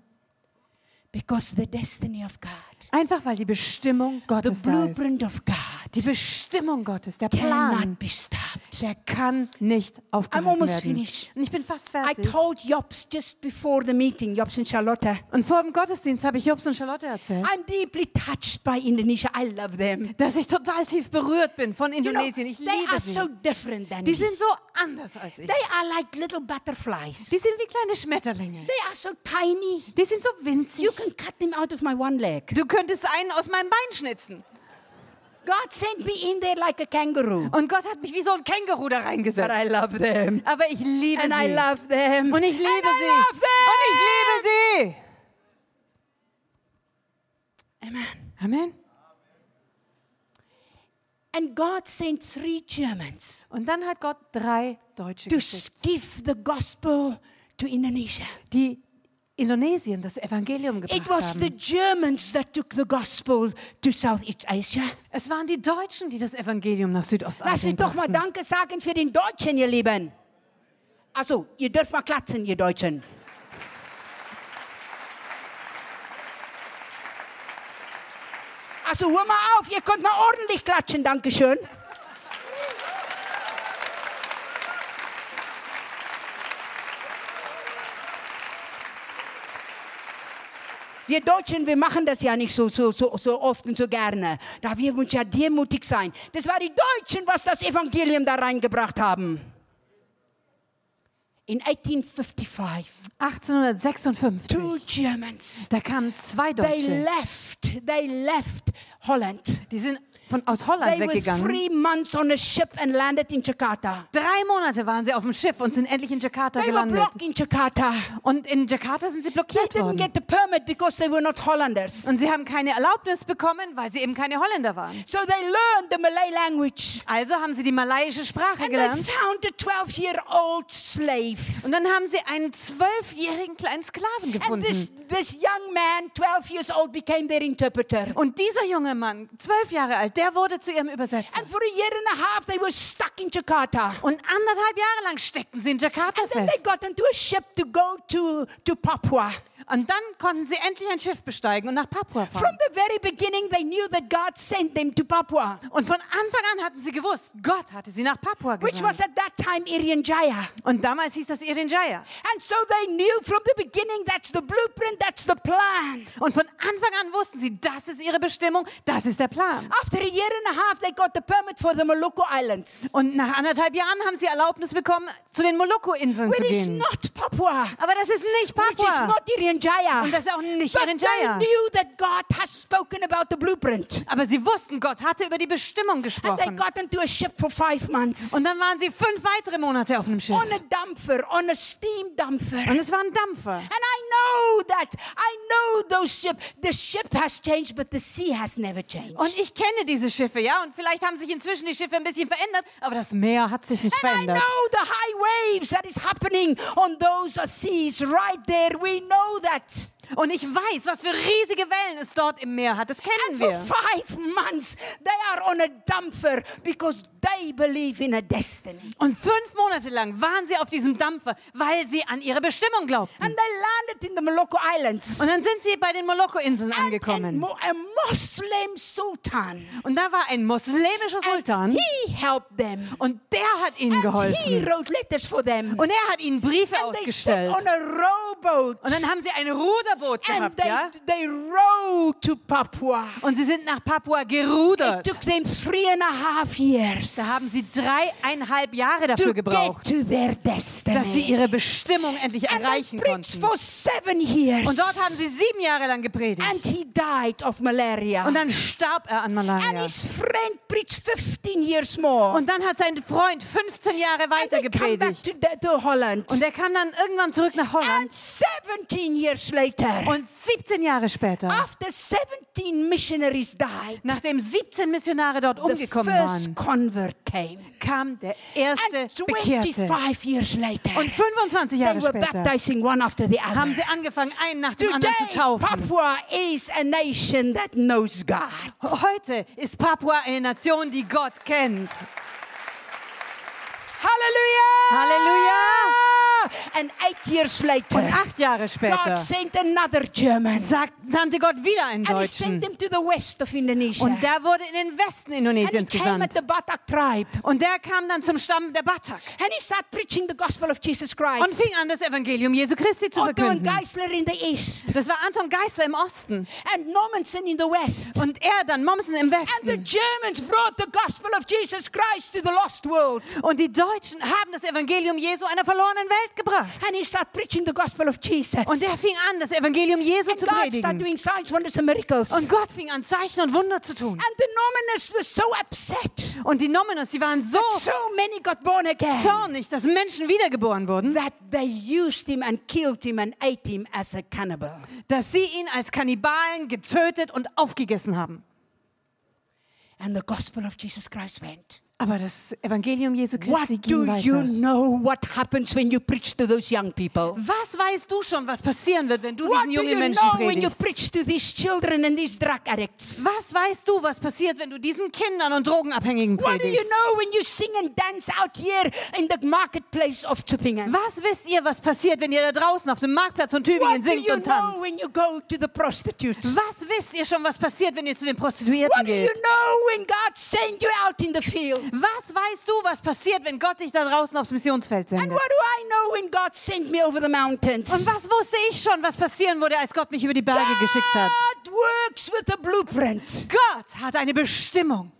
[SPEAKER 1] Because the destiny of God,
[SPEAKER 2] Einfach weil die Bestimmung
[SPEAKER 1] the
[SPEAKER 2] Gottes da ist.
[SPEAKER 1] blueprint of God,
[SPEAKER 2] Die Bestimmung Gottes, der Plan,
[SPEAKER 1] cannot be stopped.
[SPEAKER 2] der kann nicht aufgehalten
[SPEAKER 1] almost
[SPEAKER 2] werden.
[SPEAKER 1] finished.
[SPEAKER 2] Und ich bin fast
[SPEAKER 1] I
[SPEAKER 2] fertig.
[SPEAKER 1] told Jobs just before the meeting, Jobs and Charlotte,
[SPEAKER 2] Und vor dem Gottesdienst habe ich Jobs und Charlotte erzählt,
[SPEAKER 1] I'm deeply touched by Indonesia. I love them.
[SPEAKER 2] dass ich total tief berührt bin von
[SPEAKER 1] You know,
[SPEAKER 2] Indonesien. Ich
[SPEAKER 1] they
[SPEAKER 2] liebe
[SPEAKER 1] are
[SPEAKER 2] sie.
[SPEAKER 1] so different than
[SPEAKER 2] Die
[SPEAKER 1] me.
[SPEAKER 2] sind so anders als ich.
[SPEAKER 1] They are like little butterflies.
[SPEAKER 2] Die sind wie kleine Schmetterlinge.
[SPEAKER 1] They are so tiny.
[SPEAKER 2] Die sind so winzig.
[SPEAKER 1] You can cut them out of my one leg.
[SPEAKER 2] Du könntest einen aus meinem Bein schnitzen.
[SPEAKER 1] God sent me in there like a kangaroo.
[SPEAKER 2] Und Gott hat mich wie so ein Känguru da
[SPEAKER 1] But
[SPEAKER 2] reingesetzt.
[SPEAKER 1] I love them.
[SPEAKER 2] Aber ich liebe
[SPEAKER 1] And I
[SPEAKER 2] sie.
[SPEAKER 1] love them.
[SPEAKER 2] Und ich liebe
[SPEAKER 1] And I
[SPEAKER 2] sie.
[SPEAKER 1] love them.
[SPEAKER 2] Und ich liebe
[SPEAKER 1] Amen.
[SPEAKER 2] sie. Amen.
[SPEAKER 1] And God sent three Germans
[SPEAKER 2] Und dann hat Gott drei Deutsche
[SPEAKER 1] to
[SPEAKER 2] geschickt,
[SPEAKER 1] give the gospel to Indonesia.
[SPEAKER 2] die Indonesien das Evangelium
[SPEAKER 1] It
[SPEAKER 2] gebracht
[SPEAKER 1] was the
[SPEAKER 2] haben.
[SPEAKER 1] Germans that took the gospel to Southeast Asia.
[SPEAKER 2] Es waren die Deutschen, die das Evangelium nach
[SPEAKER 1] Lass
[SPEAKER 2] Südostasien
[SPEAKER 1] mich doch mal
[SPEAKER 2] brachten.
[SPEAKER 1] Danke sagen für den Deutschen, ihr Lieben. Also, ihr dürft mal klatschen, ihr Deutschen. Also, hör mal auf, ihr könnt mal ordentlich klatschen, Dankeschön. Wir Deutschen, wir machen das ja nicht so, so, so, so oft und so gerne. Da wir uns ja demütig sein. Das war die Deutschen, was das Evangelium da reingebracht haben. In 1855, two
[SPEAKER 2] 1856.
[SPEAKER 1] Germans,
[SPEAKER 2] Da kamen zwei
[SPEAKER 1] they
[SPEAKER 2] Deutsche.
[SPEAKER 1] left, they left Holland.
[SPEAKER 2] Die sind von, aus Holland
[SPEAKER 1] They were
[SPEAKER 2] weggegangen.
[SPEAKER 1] three months on a ship and landed in Jakarta.
[SPEAKER 2] Drei Monate waren sie auf dem Schiff und sind endlich in Jakarta
[SPEAKER 1] They were
[SPEAKER 2] gelandet.
[SPEAKER 1] blocked in Jakarta.
[SPEAKER 2] Und in Jakarta sind sie
[SPEAKER 1] They
[SPEAKER 2] blockiert
[SPEAKER 1] didn't
[SPEAKER 2] worden.
[SPEAKER 1] get the permit because they were not Hollanders.
[SPEAKER 2] Und sie haben keine Erlaubnis bekommen, weil sie eben keine Holländer waren.
[SPEAKER 1] So they learned the Malay language.
[SPEAKER 2] Also haben sie die malaiische Sprache
[SPEAKER 1] And they
[SPEAKER 2] gelernt.
[SPEAKER 1] found a 12 year old slave.
[SPEAKER 2] Und dann haben sie einen zwölfjährigen kleinen Sklaven
[SPEAKER 1] And
[SPEAKER 2] gefunden.
[SPEAKER 1] this, this young man, 12 years old, became their interpreter.
[SPEAKER 2] Und dieser junge Mann, zwölf Jahre alt, der wurde zu ihrem Übersetzer.
[SPEAKER 1] And for a year and a half, they were stuck in Jakarta.
[SPEAKER 2] Und anderthalb Jahre lang steckten sie in Jakarta
[SPEAKER 1] Then they
[SPEAKER 2] fest.
[SPEAKER 1] got onto a ship to go to, to Papua.
[SPEAKER 2] Und dann konnten sie endlich ein Schiff besteigen und nach Papua
[SPEAKER 1] From
[SPEAKER 2] fahren.
[SPEAKER 1] the very beginning, they knew that God sent them to Papua,
[SPEAKER 2] Und von Anfang an hatten sie gewusst, Gott hatte sie nach Papua
[SPEAKER 1] which was
[SPEAKER 2] gesandt.
[SPEAKER 1] at that time Irian Jaya.
[SPEAKER 2] Und damals hieß das Irinjaya.
[SPEAKER 1] And so they knew from the beginning that's the blueprint, that's the plan.
[SPEAKER 2] Und von Anfang an wussten sie, das ist ihre Bestimmung, das ist der Plan.
[SPEAKER 1] After a year and a half, they got the permit for the Moloko Islands,
[SPEAKER 2] Und nach anderthalb Jahren haben sie Erlaubnis bekommen, zu den Moloko-Inseln zu
[SPEAKER 1] which is
[SPEAKER 2] gehen.
[SPEAKER 1] not Papua,
[SPEAKER 2] Aber das ist nicht
[SPEAKER 1] which is
[SPEAKER 2] Papua.
[SPEAKER 1] not Irian Jaya.
[SPEAKER 2] Und das ist auch nicht
[SPEAKER 1] But they
[SPEAKER 2] Irinjaya.
[SPEAKER 1] knew that God has spoken about the blueprint.
[SPEAKER 2] Aber sie wussten, Gott hatte über die Bestimmung
[SPEAKER 1] And they
[SPEAKER 2] gesprochen.
[SPEAKER 1] got into a ship for five months.
[SPEAKER 2] Und dann waren sie fünf weitere Monate auf einem Schiff.
[SPEAKER 1] On a dumpfer, on a steam dumpfer.
[SPEAKER 2] Und es war ein Dampfer.
[SPEAKER 1] And I know that. I know those ship. The ship has changed, but the sea has never changed.
[SPEAKER 2] Und ich kenne diese Schiffe, ja. Und vielleicht haben sich inzwischen die Schiffe ein bisschen verändert, aber das Meer hat sich nicht
[SPEAKER 1] And I know
[SPEAKER 2] verändert.
[SPEAKER 1] the high waves that is happening on those uh, seas right there. We know that.
[SPEAKER 2] Und ich weiß, was für riesige Wellen es dort im Meer hat. Das
[SPEAKER 1] And
[SPEAKER 2] kennen
[SPEAKER 1] for
[SPEAKER 2] wir.
[SPEAKER 1] five months, they are on a dumpfer because they believe in a destiny.
[SPEAKER 2] Und fünf Monate lang waren sie auf diesem Dampfer, weil sie an ihre Bestimmung glaubten.
[SPEAKER 1] And they landed in the Moloko Islands.
[SPEAKER 2] Und dann sind sie bei den Moloko-Inseln
[SPEAKER 1] And
[SPEAKER 2] angekommen.
[SPEAKER 1] mo- a Muslim sultan.
[SPEAKER 2] Und da war ein muslimischer
[SPEAKER 1] And
[SPEAKER 2] Sultan
[SPEAKER 1] he helped them.
[SPEAKER 2] und der hat ihnen
[SPEAKER 1] And he
[SPEAKER 2] geholfen.
[SPEAKER 1] wrote letters for them.
[SPEAKER 2] Und er hat ihnen Briefe
[SPEAKER 1] And they set
[SPEAKER 2] ausgestellt.
[SPEAKER 1] on a rowboat.
[SPEAKER 2] Und dann haben sie ein Ruderboot
[SPEAKER 1] And
[SPEAKER 2] gehabt,
[SPEAKER 1] they,
[SPEAKER 2] ja?
[SPEAKER 1] they row to Papua.
[SPEAKER 2] Und sie sind nach Papua
[SPEAKER 1] It
[SPEAKER 2] gerudert.
[SPEAKER 1] took them three and a half years
[SPEAKER 2] Da haben sie dreieinhalb Jahre
[SPEAKER 1] to
[SPEAKER 2] dafür
[SPEAKER 1] get
[SPEAKER 2] gebraucht,
[SPEAKER 1] to their
[SPEAKER 2] dass sie
[SPEAKER 1] destiny.
[SPEAKER 2] ihre Bestimmung endlich
[SPEAKER 1] And they
[SPEAKER 2] erreichen
[SPEAKER 1] preached
[SPEAKER 2] konnten.
[SPEAKER 1] for seven years.
[SPEAKER 2] Und dort haben sie sieben Jahre lang
[SPEAKER 1] And
[SPEAKER 2] gepredigt.
[SPEAKER 1] he died of malaria.
[SPEAKER 2] Und dann starb er an
[SPEAKER 1] And
[SPEAKER 2] Malaria.
[SPEAKER 1] his friend preached 15 years more.
[SPEAKER 2] Und dann hat sein Freund 15 Jahre
[SPEAKER 1] and
[SPEAKER 2] weiter
[SPEAKER 1] they come back
[SPEAKER 2] gepredigt.
[SPEAKER 1] to, the- to Holland.
[SPEAKER 2] Und er kam dann irgendwann zurück nach Holland.
[SPEAKER 1] And 17 years later,
[SPEAKER 2] Und 17 Jahre später,
[SPEAKER 1] after 17 missionaries died,
[SPEAKER 2] nachdem 17 Missionare dort
[SPEAKER 1] the
[SPEAKER 2] umgekommen
[SPEAKER 1] first
[SPEAKER 2] waren,
[SPEAKER 1] convert came.
[SPEAKER 2] kam der
[SPEAKER 1] And
[SPEAKER 2] erste Bekehrte.
[SPEAKER 1] 25 years later,
[SPEAKER 2] Und 25
[SPEAKER 1] they
[SPEAKER 2] Jahre
[SPEAKER 1] were
[SPEAKER 2] später
[SPEAKER 1] baptizing one after the
[SPEAKER 2] haben
[SPEAKER 1] other.
[SPEAKER 2] sie angefangen, einen nach dem
[SPEAKER 1] Today,
[SPEAKER 2] anderen zu taufen.
[SPEAKER 1] Papua is a nation that knows God.
[SPEAKER 2] Oh. Heute ist Papua eine Nation, die Gott kennt.
[SPEAKER 1] Hallelujah!
[SPEAKER 2] Halleluja!
[SPEAKER 1] And eight years later,
[SPEAKER 2] Und acht Jahre später
[SPEAKER 1] God sent another German.
[SPEAKER 2] sagt, sandte Gott wieder einen
[SPEAKER 1] And he sent
[SPEAKER 2] Deutschen.
[SPEAKER 1] them to the west of Indonesia.
[SPEAKER 2] Und der wurde in den Westen
[SPEAKER 1] and he
[SPEAKER 2] Indonesiens
[SPEAKER 1] came at
[SPEAKER 2] gesandt.
[SPEAKER 1] the Batak tribe.
[SPEAKER 2] Und der kam dann zum Stamm der Batak
[SPEAKER 1] And he started preaching the gospel of Jesus
[SPEAKER 2] und
[SPEAKER 1] Christ.
[SPEAKER 2] fing an, das Evangelium Jesu Christi zu
[SPEAKER 1] Otto and
[SPEAKER 2] verkünden.
[SPEAKER 1] Geisler in the east.
[SPEAKER 2] Das war Anton Geisler im Osten
[SPEAKER 1] And Normanson in the west.
[SPEAKER 2] und er dann Mommsen im
[SPEAKER 1] And the
[SPEAKER 2] Westen.
[SPEAKER 1] Germans brought the gospel of Jesus Christ to the lost world.
[SPEAKER 2] Und die Deutschen haben das Evangelium Jesu einer verlorenen Welt gemacht.
[SPEAKER 1] And he started preaching the gospel of Jesus.
[SPEAKER 2] Und er fing an, das Evangelium Jesu
[SPEAKER 1] and
[SPEAKER 2] zu
[SPEAKER 1] God started
[SPEAKER 2] predigen.
[SPEAKER 1] doing signs, wonders, and miracles.
[SPEAKER 2] Und Gott fing an, Zeichen und Wunder zu tun.
[SPEAKER 1] and the Normanists were so upset.
[SPEAKER 2] Und die Nominus, die waren so
[SPEAKER 1] So many got born again
[SPEAKER 2] zornig, dass Menschen wiedergeboren wurden,
[SPEAKER 1] that they used him and killed him and ate him as a cannibal.
[SPEAKER 2] dass sie ihn als Kannibalen getötet und aufgegessen haben.
[SPEAKER 1] And the gospel of Jesus Christ went.
[SPEAKER 2] Aber das Evangelium Jesu
[SPEAKER 1] What
[SPEAKER 2] Christi
[SPEAKER 1] do
[SPEAKER 2] ging
[SPEAKER 1] you
[SPEAKER 2] weiter.
[SPEAKER 1] know what happens when you preach to those young people?
[SPEAKER 2] Was weißt du schon, was passieren wird, wenn du
[SPEAKER 1] What
[SPEAKER 2] diesen
[SPEAKER 1] do
[SPEAKER 2] jungen
[SPEAKER 1] you
[SPEAKER 2] Menschen
[SPEAKER 1] know when you
[SPEAKER 2] predigst?
[SPEAKER 1] preach to these children and these drug addicts?
[SPEAKER 2] Was weißt du, was passiert, wenn du diesen Kindern und Drogenabhängigen
[SPEAKER 1] What do you
[SPEAKER 2] predigst?
[SPEAKER 1] know when you sing and dance out here in the marketplace of Tübingen?
[SPEAKER 2] Was wisst ihr, was passiert, wenn ihr da draußen auf dem Marktplatz von
[SPEAKER 1] What
[SPEAKER 2] Tübingen
[SPEAKER 1] do
[SPEAKER 2] singt
[SPEAKER 1] you
[SPEAKER 2] und
[SPEAKER 1] know
[SPEAKER 2] tanzt?
[SPEAKER 1] when you go to the prostitutes?
[SPEAKER 2] Was wisst ihr schon, was passiert, wenn ihr zu den Prostituierten
[SPEAKER 1] What do you
[SPEAKER 2] geht?
[SPEAKER 1] know when God sent you out in the field?
[SPEAKER 2] Was weißt du, was passiert, wenn Gott dich da draußen aufs Missionsfeld
[SPEAKER 1] And
[SPEAKER 2] sendet?
[SPEAKER 1] what do I know when God sent me over the mountains?
[SPEAKER 2] Und was wusste ich schon, was passieren würde, als Gott mich über die Berge geschickt hat?
[SPEAKER 1] God works with a blueprint.
[SPEAKER 2] Gott hat eine Bestimmung,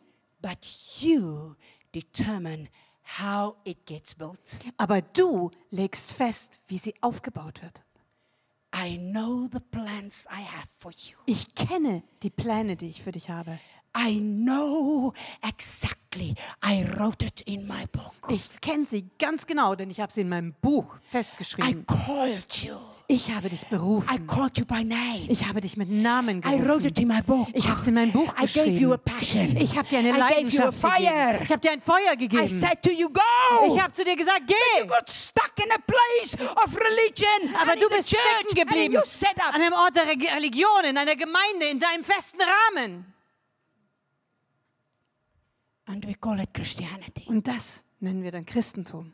[SPEAKER 1] But you determine how it gets built.
[SPEAKER 2] aber du legst fest, wie sie aufgebaut wird.
[SPEAKER 1] I know the plans I have for you.
[SPEAKER 2] Ich kenne die Pläne, die ich für dich habe.
[SPEAKER 1] I know exactly. I wrote it in my book.
[SPEAKER 2] Ich kenne sie ganz genau, denn ich habe sie in meinem Buch
[SPEAKER 1] I
[SPEAKER 2] festgeschrieben.
[SPEAKER 1] called you.
[SPEAKER 2] Ich habe dich
[SPEAKER 1] I
[SPEAKER 2] berufen.
[SPEAKER 1] called you by name.
[SPEAKER 2] Hm. Ich habe dich mit Namen
[SPEAKER 1] I wrote it
[SPEAKER 2] gerufen.
[SPEAKER 1] in my book.
[SPEAKER 2] Ich habe es in meinem Buch
[SPEAKER 1] I gave you a
[SPEAKER 2] geschrieben.
[SPEAKER 1] passion.
[SPEAKER 2] Ich habe dir eine
[SPEAKER 1] I gave you a
[SPEAKER 2] Leidenschaft
[SPEAKER 1] fire.
[SPEAKER 2] gegeben. Ich habe dir ein Feuer
[SPEAKER 1] I
[SPEAKER 2] gegeben.
[SPEAKER 1] said to you, go.
[SPEAKER 2] Ich habe zu dir gesagt, geh.
[SPEAKER 1] You got stuck in a place of religion.
[SPEAKER 2] Aber
[SPEAKER 1] and
[SPEAKER 2] du
[SPEAKER 1] in the
[SPEAKER 2] bist
[SPEAKER 1] church,
[SPEAKER 2] stecken
[SPEAKER 1] and in
[SPEAKER 2] geblieben
[SPEAKER 1] your setup.
[SPEAKER 2] an einem Ort der Reg- Religion, in einer Gemeinde, in deinem festen Rahmen.
[SPEAKER 1] And we call it Christianity.
[SPEAKER 2] Und das nennen wir dann Christentum.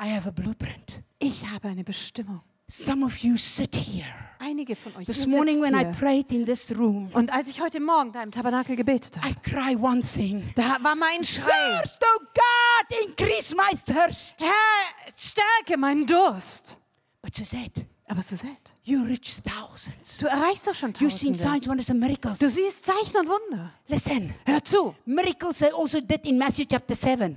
[SPEAKER 1] I have a blueprint.
[SPEAKER 2] Ich habe eine Bestimmung.
[SPEAKER 1] Some of you sit here.
[SPEAKER 2] Einige von euch
[SPEAKER 1] This
[SPEAKER 2] ihr
[SPEAKER 1] morning,
[SPEAKER 2] sitzt
[SPEAKER 1] when I
[SPEAKER 2] hier.
[SPEAKER 1] prayed in this room,
[SPEAKER 2] Und als ich heute Morgen da im Tabernakel gebetet habe,
[SPEAKER 1] I cry one thing
[SPEAKER 2] da war mein Schrei.
[SPEAKER 1] Thirst, oh God, increase my thirst.
[SPEAKER 2] Herr, stärke meinen Durst.
[SPEAKER 1] But you said,
[SPEAKER 2] Aber Suzette,
[SPEAKER 1] You reach thousands.
[SPEAKER 2] du erreichst doch schon
[SPEAKER 1] You've seen
[SPEAKER 2] Tausende.
[SPEAKER 1] signs, wonders, and
[SPEAKER 2] Du
[SPEAKER 1] miracles.
[SPEAKER 2] siehst Zeichen und Wunder.
[SPEAKER 1] Listen,
[SPEAKER 2] Hör zu,
[SPEAKER 1] miracles they also did in Matthew chapter 7.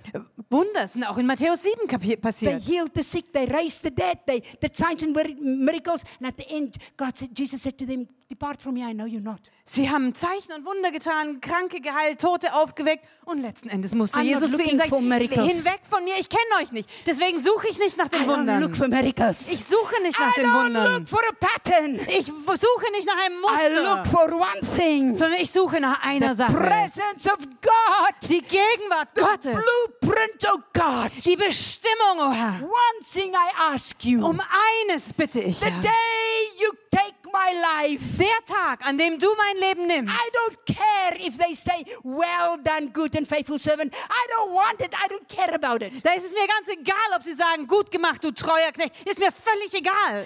[SPEAKER 2] Wunder sind auch in Matthäus 7 kapi-
[SPEAKER 1] They
[SPEAKER 2] passiert.
[SPEAKER 1] healed the sick, they raised the dead, they did signs and mir- miracles. And at the end, God said, Jesus said to them, Depart from me, I know you not.
[SPEAKER 2] Sie haben Zeichen und Wunder getan, Kranke geheilt, Tote aufgeweckt und letzten Endes musste
[SPEAKER 1] I'm not
[SPEAKER 2] Jesus zu
[SPEAKER 1] looking
[SPEAKER 2] ihnen
[SPEAKER 1] for
[SPEAKER 2] sagen,
[SPEAKER 1] miracles.
[SPEAKER 2] hinweg von mir, ich kenne euch nicht, deswegen suche ich nicht nach
[SPEAKER 1] I
[SPEAKER 2] den
[SPEAKER 1] don't look
[SPEAKER 2] Wundern.
[SPEAKER 1] for miracles.
[SPEAKER 2] Ich suche nicht
[SPEAKER 1] I
[SPEAKER 2] nach den
[SPEAKER 1] don't
[SPEAKER 2] Wundern.
[SPEAKER 1] look for a pattern.
[SPEAKER 2] Ich w- suche nicht nach einem
[SPEAKER 1] I look
[SPEAKER 2] Muster,
[SPEAKER 1] for one thing.
[SPEAKER 2] sondern ich suche nach einer
[SPEAKER 1] The
[SPEAKER 2] Sache.
[SPEAKER 1] presence of God.
[SPEAKER 2] Die Gegenwart
[SPEAKER 1] The
[SPEAKER 2] Gottes,
[SPEAKER 1] blueprint of God.
[SPEAKER 2] die Bestimmung, oh Herr.
[SPEAKER 1] One thing I ask you.
[SPEAKER 2] Um eines bitte ich,
[SPEAKER 1] the
[SPEAKER 2] Herr.
[SPEAKER 1] day you take my life.
[SPEAKER 2] Der Tag, an dem du mein Leben nimmst.
[SPEAKER 1] I don't care if they say, well done, good and faithful servant. I don't want it. I don't care about it.
[SPEAKER 2] Da ist es mir ganz egal, ob sie sagen, gut gemacht, du treuer Knecht. Ist mir völlig egal.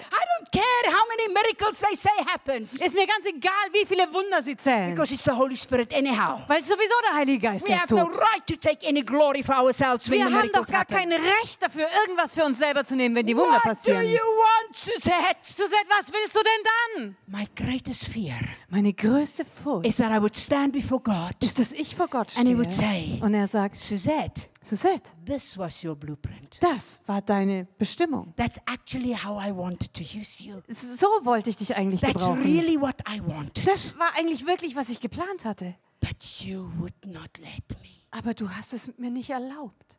[SPEAKER 1] I don't care how many miracles they say happened.
[SPEAKER 2] Ist mir ganz egal, wie viele Wunder sie zählen.
[SPEAKER 1] Because it's the Holy Spirit anyhow.
[SPEAKER 2] Weil sowieso der Heilige Geist
[SPEAKER 1] We
[SPEAKER 2] das
[SPEAKER 1] have no
[SPEAKER 2] tut.
[SPEAKER 1] right to take any glory for ourselves when
[SPEAKER 2] Wir
[SPEAKER 1] the
[SPEAKER 2] haben doch
[SPEAKER 1] miracles
[SPEAKER 2] gar
[SPEAKER 1] happen.
[SPEAKER 2] kein Recht dafür, irgendwas für uns selber zu nehmen, wenn die Wunder
[SPEAKER 1] What do
[SPEAKER 2] passieren.
[SPEAKER 1] you want, Suzette?
[SPEAKER 2] Suzette, was willst du denn dann?
[SPEAKER 1] My greatest fear
[SPEAKER 2] Meine größte Furcht
[SPEAKER 1] is that I would stand before God.
[SPEAKER 2] ist, dass ich vor Gott
[SPEAKER 1] And he
[SPEAKER 2] stehe.
[SPEAKER 1] would say-
[SPEAKER 2] Und er sagt,
[SPEAKER 1] Suzette,
[SPEAKER 2] Suzette,
[SPEAKER 1] this was your blueprint.
[SPEAKER 2] das war deine Bestimmung.
[SPEAKER 1] That's actually how I wanted to use you.
[SPEAKER 2] So wollte ich dich eigentlich
[SPEAKER 1] That's
[SPEAKER 2] gebrauchen.
[SPEAKER 1] really what I wanted.
[SPEAKER 2] Das war eigentlich wirklich, was ich geplant hatte.
[SPEAKER 1] But you would not let me.
[SPEAKER 2] Aber du hast es mir nicht erlaubt.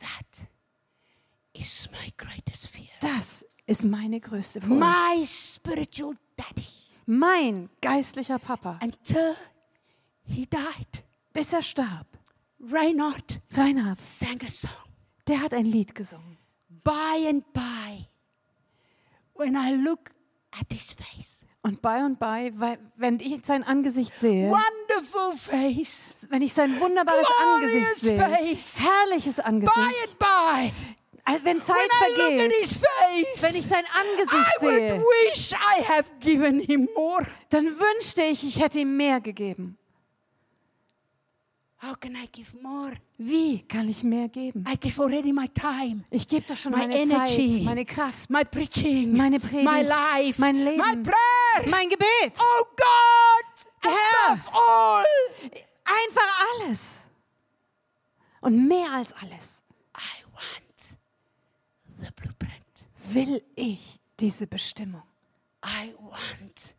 [SPEAKER 1] That is my greatest fear.
[SPEAKER 2] Das ist meine größte Furcht.
[SPEAKER 1] My spiritual daddy.
[SPEAKER 2] mein geistlicher Papa,
[SPEAKER 1] Until he died,
[SPEAKER 2] bis er starb,
[SPEAKER 1] Reinhard
[SPEAKER 2] Reinhard,
[SPEAKER 1] sang a song.
[SPEAKER 2] der hat ein Lied gesungen.
[SPEAKER 1] By and by, when I look at his face,
[SPEAKER 2] Und bei und bei, weil- wenn ich sein Angesicht sehe,
[SPEAKER 1] wonderful face.
[SPEAKER 2] wenn ich sein wunderbares
[SPEAKER 1] Glorious
[SPEAKER 2] Angesicht sehe,
[SPEAKER 1] face.
[SPEAKER 2] herrliches
[SPEAKER 1] By
[SPEAKER 2] Angesicht,
[SPEAKER 1] and by,
[SPEAKER 2] all- wenn
[SPEAKER 1] when
[SPEAKER 2] Zeit
[SPEAKER 1] I look at
[SPEAKER 2] vergeht,
[SPEAKER 1] his face,
[SPEAKER 2] wenn ich sein
[SPEAKER 1] I
[SPEAKER 2] Angesicht
[SPEAKER 1] would
[SPEAKER 2] sehe,
[SPEAKER 1] wish I have given him more.
[SPEAKER 2] dann wünschte ich, ich hätte ihm mehr gegeben.
[SPEAKER 1] How can I give more?
[SPEAKER 2] Wie kann ich mehr geben?
[SPEAKER 1] I give already my time,
[SPEAKER 2] Ich gebe doch schon
[SPEAKER 1] my
[SPEAKER 2] meine
[SPEAKER 1] energy,
[SPEAKER 2] Zeit, meine Kraft,
[SPEAKER 1] my preaching,
[SPEAKER 2] Meine Predigt,
[SPEAKER 1] my life,
[SPEAKER 2] mein
[SPEAKER 1] my
[SPEAKER 2] Leben.
[SPEAKER 1] prayer.
[SPEAKER 2] mein Gebet,
[SPEAKER 1] oh God,
[SPEAKER 2] Herr.
[SPEAKER 1] above all,
[SPEAKER 2] einfach alles. Und mehr als alles. will ich diese Bestimmung.
[SPEAKER 1] I want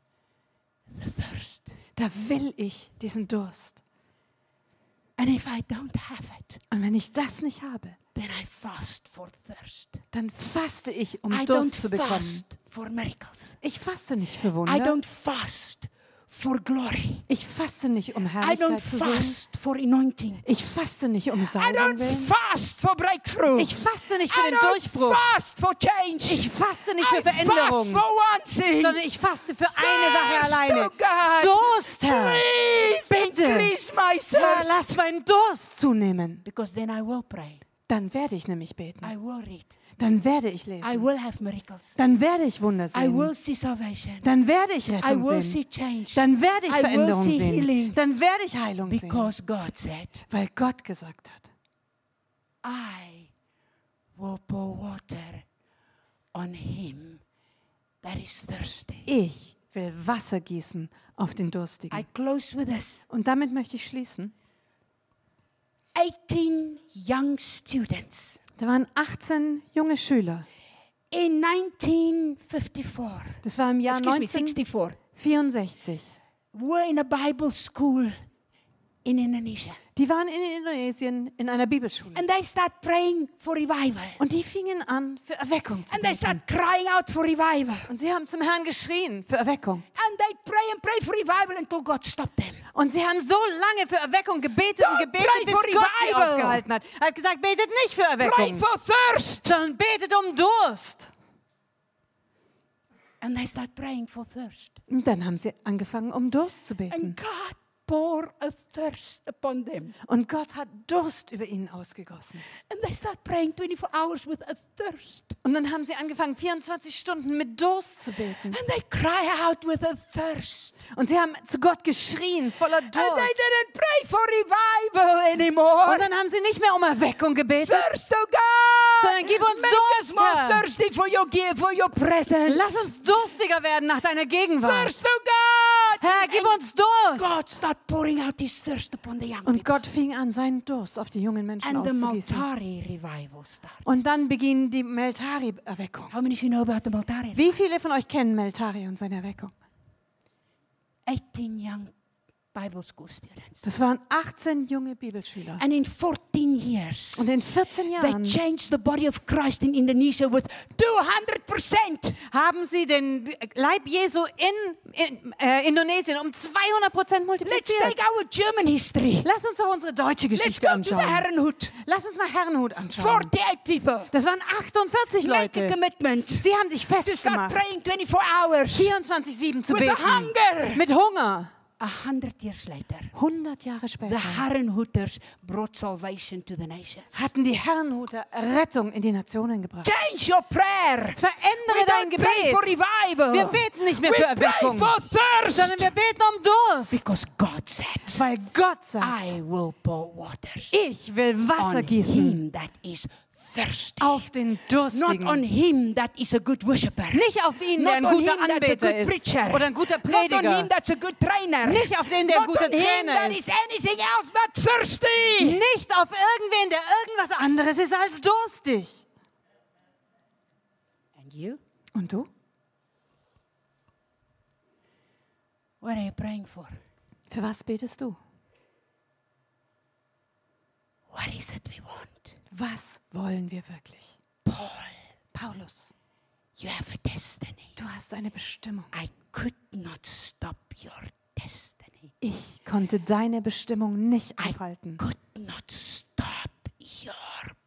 [SPEAKER 1] the thirst.
[SPEAKER 2] Da will ich diesen Durst.
[SPEAKER 1] And if I don't have it,
[SPEAKER 2] Und wenn ich das nicht habe,
[SPEAKER 1] then I fast for thirst.
[SPEAKER 2] dann faste ich, um
[SPEAKER 1] I don't
[SPEAKER 2] Durst zu bekommen.
[SPEAKER 1] fast for miracles.
[SPEAKER 2] Ich faste nicht für
[SPEAKER 1] I
[SPEAKER 2] Wunder.
[SPEAKER 1] don't fast for glory.
[SPEAKER 2] Ich faste nicht, um
[SPEAKER 1] I
[SPEAKER 2] Herrlichkeit
[SPEAKER 1] don't
[SPEAKER 2] zu sehen.
[SPEAKER 1] fast for anointing.
[SPEAKER 2] Ich faste nicht, um
[SPEAKER 1] I
[SPEAKER 2] Salbung
[SPEAKER 1] don't
[SPEAKER 2] willen.
[SPEAKER 1] fast for breakthrough.
[SPEAKER 2] Ich faste nicht für
[SPEAKER 1] I
[SPEAKER 2] den
[SPEAKER 1] don't
[SPEAKER 2] Durchbruch.
[SPEAKER 1] fast for change.
[SPEAKER 2] Ich faste nicht
[SPEAKER 1] I
[SPEAKER 2] für
[SPEAKER 1] fast
[SPEAKER 2] Veränderung,
[SPEAKER 1] for one thing.
[SPEAKER 2] sondern ich faste für eine Sache
[SPEAKER 1] Thirst,
[SPEAKER 2] alleine.
[SPEAKER 1] oh God.
[SPEAKER 2] Durst, Herr.
[SPEAKER 1] Please
[SPEAKER 2] Bitte,
[SPEAKER 1] increase my
[SPEAKER 2] Herr, lass
[SPEAKER 1] thirst.
[SPEAKER 2] meinen Durst zunehmen.
[SPEAKER 1] Because then I will pray.
[SPEAKER 2] Dann werde ich nämlich beten.
[SPEAKER 1] I will read.
[SPEAKER 2] Dann werde ich
[SPEAKER 1] I
[SPEAKER 2] lesen.
[SPEAKER 1] will have miracles.
[SPEAKER 2] Dann werde ich Wunder
[SPEAKER 1] I will
[SPEAKER 2] sehen.
[SPEAKER 1] see salvation.
[SPEAKER 2] Dann werde ich
[SPEAKER 1] I
[SPEAKER 2] Rettung
[SPEAKER 1] will see
[SPEAKER 2] sehen.
[SPEAKER 1] change.
[SPEAKER 2] Dann werde ich
[SPEAKER 1] I will
[SPEAKER 2] Veränderung
[SPEAKER 1] see
[SPEAKER 2] sehen.
[SPEAKER 1] healing.
[SPEAKER 2] Dann werde ich Heilung sehen.
[SPEAKER 1] Because God said,
[SPEAKER 2] Weil Gott gesagt hat,
[SPEAKER 1] I will pour water on him that is thirsty.
[SPEAKER 2] ich will Wasser gießen auf den
[SPEAKER 1] I
[SPEAKER 2] Durstigen.
[SPEAKER 1] close with this.
[SPEAKER 2] Und damit möchte ich schließen.
[SPEAKER 1] 18 young students
[SPEAKER 2] Da waren 18 junge Schüler.
[SPEAKER 1] in 1954,
[SPEAKER 2] Das war im Jahr
[SPEAKER 1] excuse me, 64,
[SPEAKER 2] 1964.
[SPEAKER 1] were in a Bible school in Indonesia.
[SPEAKER 2] Die waren in Indonesien in einer Bibelschule.
[SPEAKER 1] And they start praying for revival.
[SPEAKER 2] Und die fingen an, für Erweckung zu
[SPEAKER 1] And they
[SPEAKER 2] beten.
[SPEAKER 1] start crying out for revival.
[SPEAKER 2] Und sie haben zum Herrn geschrien für Erweckung.
[SPEAKER 1] And they pray and pray for revival until God stopped them.
[SPEAKER 2] Und sie haben so lange für Erweckung gebetet und
[SPEAKER 1] Don't
[SPEAKER 2] gebetet,
[SPEAKER 1] pray
[SPEAKER 2] bis
[SPEAKER 1] for
[SPEAKER 2] Gott sie
[SPEAKER 1] revival.
[SPEAKER 2] aufgehalten hat. Er hat gesagt, betet nicht für
[SPEAKER 1] Pray
[SPEAKER 2] Erweckung,
[SPEAKER 1] for thirst.
[SPEAKER 2] sondern betet um Durst.
[SPEAKER 1] And they start praying for thirst. Mm.
[SPEAKER 2] Und dann haben sie angefangen, um Durst zu beten.
[SPEAKER 1] And God pour a thirst upon them.
[SPEAKER 2] Und Gott hat Durst über ihnen ausgegossen.
[SPEAKER 1] And they start praying 24 hours with a thirst.
[SPEAKER 2] Und dann haben sie angefangen, 24 Stunden mit Durst zu beten.
[SPEAKER 1] And they cry out with a thirst.
[SPEAKER 2] Und sie haben zu Gott geschrien, voller
[SPEAKER 1] And they
[SPEAKER 2] Durst.
[SPEAKER 1] didn't pray for revival
[SPEAKER 2] Und
[SPEAKER 1] anymore.
[SPEAKER 2] dann haben sie nicht mehr um Erweckung gebetet.
[SPEAKER 1] Thirst, oh God.
[SPEAKER 2] Sondern gib uns
[SPEAKER 1] Make us
[SPEAKER 2] Durst,
[SPEAKER 1] more
[SPEAKER 2] Herr.
[SPEAKER 1] thirsty for your gift, for your presence.
[SPEAKER 2] Lass uns durstiger werden nach deiner Gegenwart.
[SPEAKER 1] thirst, oh God.
[SPEAKER 2] Herr, gib
[SPEAKER 1] And
[SPEAKER 2] uns Durst.
[SPEAKER 1] God start pouring out his thirst upon the young
[SPEAKER 2] Und
[SPEAKER 1] people.
[SPEAKER 2] Gott fing an, seinen Durst auf die jungen Menschen
[SPEAKER 1] And the
[SPEAKER 2] auszugießen.
[SPEAKER 1] Maltari revival started.
[SPEAKER 2] Und dann beging die Meltari-Erweckung.
[SPEAKER 1] How many of you know about the Maltari?
[SPEAKER 2] Wie viele von euch kennen Meltari und seine Erweckung?
[SPEAKER 1] 18 young Bible school students.
[SPEAKER 2] Das waren 18 junge Bibelschüler.
[SPEAKER 1] And in 14 years,
[SPEAKER 2] Und in 14
[SPEAKER 1] they
[SPEAKER 2] Jahren
[SPEAKER 1] changed the body of Christ in Indonesia with 200%.
[SPEAKER 2] haben sie den Leib Jesu in, in äh, Indonesien um 200 Prozent
[SPEAKER 1] Let's take
[SPEAKER 2] multipliziert.
[SPEAKER 1] our German history.
[SPEAKER 2] Lass uns doch unsere deutsche
[SPEAKER 1] Let's
[SPEAKER 2] Geschichte
[SPEAKER 1] go to the
[SPEAKER 2] anschauen.
[SPEAKER 1] Herrenhut.
[SPEAKER 2] Lass uns mal Herrenhut anschauen.
[SPEAKER 1] 48 people.
[SPEAKER 2] Das waren 48
[SPEAKER 1] Make a
[SPEAKER 2] Leute.
[SPEAKER 1] commitment
[SPEAKER 2] Sie haben
[SPEAKER 1] to
[SPEAKER 2] sich
[SPEAKER 1] start
[SPEAKER 2] festgemacht,
[SPEAKER 1] praying 24 hours.
[SPEAKER 2] 24-7 zu
[SPEAKER 1] With the
[SPEAKER 2] beten.
[SPEAKER 1] hunger.
[SPEAKER 2] Mit Hunger.
[SPEAKER 1] A hundred years later,
[SPEAKER 2] 100 Jahre
[SPEAKER 1] the
[SPEAKER 2] später
[SPEAKER 1] Herrenhuters brought salvation to the nations.
[SPEAKER 2] hatten die Herrenhuter Rettung in die Nationen gebracht.
[SPEAKER 1] Change your prayer.
[SPEAKER 2] Verändere
[SPEAKER 1] We
[SPEAKER 2] dein
[SPEAKER 1] don't pray for
[SPEAKER 2] Gebet,
[SPEAKER 1] revival.
[SPEAKER 2] Wir beten nicht mehr
[SPEAKER 1] we
[SPEAKER 2] für
[SPEAKER 1] pray
[SPEAKER 2] Erweckung.
[SPEAKER 1] for thirst.
[SPEAKER 2] sondern wir beten um Durst,
[SPEAKER 1] Because God said,
[SPEAKER 2] weil Gott sagt,
[SPEAKER 1] I will pour waters
[SPEAKER 2] ich will Wasser
[SPEAKER 1] on
[SPEAKER 2] gießen
[SPEAKER 1] him that is thirsty.
[SPEAKER 2] auf den
[SPEAKER 1] Not on
[SPEAKER 2] Durstigen.
[SPEAKER 1] him that is a good worshiper.
[SPEAKER 2] Nicht auf ihn, der
[SPEAKER 1] Not
[SPEAKER 2] ein
[SPEAKER 1] on
[SPEAKER 2] guter
[SPEAKER 1] him that's a
[SPEAKER 2] Anbeter
[SPEAKER 1] good
[SPEAKER 2] ist
[SPEAKER 1] preacher.
[SPEAKER 2] oder ein guter
[SPEAKER 1] Not on him
[SPEAKER 2] Prediger.
[SPEAKER 1] that's a good trainer.
[SPEAKER 2] Nicht auf den, der
[SPEAKER 1] Not
[SPEAKER 2] ein guter
[SPEAKER 1] on him
[SPEAKER 2] Trainer
[SPEAKER 1] that
[SPEAKER 2] ist.
[SPEAKER 1] is anything else but thirsty.
[SPEAKER 2] Nicht auf irgendwen, der irgendwas anderes ist als durstig.
[SPEAKER 1] And you?
[SPEAKER 2] Und du?
[SPEAKER 1] What are you praying for?
[SPEAKER 2] Für was betest du?
[SPEAKER 1] What is it we want?
[SPEAKER 2] Was wollen wir wirklich?
[SPEAKER 1] Paul,
[SPEAKER 2] Paulus,
[SPEAKER 1] you have a destiny.
[SPEAKER 2] du hast eine Bestimmung.
[SPEAKER 1] I could not stop your destiny.
[SPEAKER 2] Ich konnte deine Bestimmung nicht
[SPEAKER 1] I
[SPEAKER 2] aufhalten.
[SPEAKER 1] could not stop your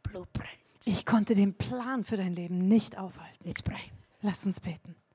[SPEAKER 1] blueprint.
[SPEAKER 2] Ich konnte den Plan für dein Leben nicht aufhalten.
[SPEAKER 1] Let's pray.
[SPEAKER 2] Lass uns beten.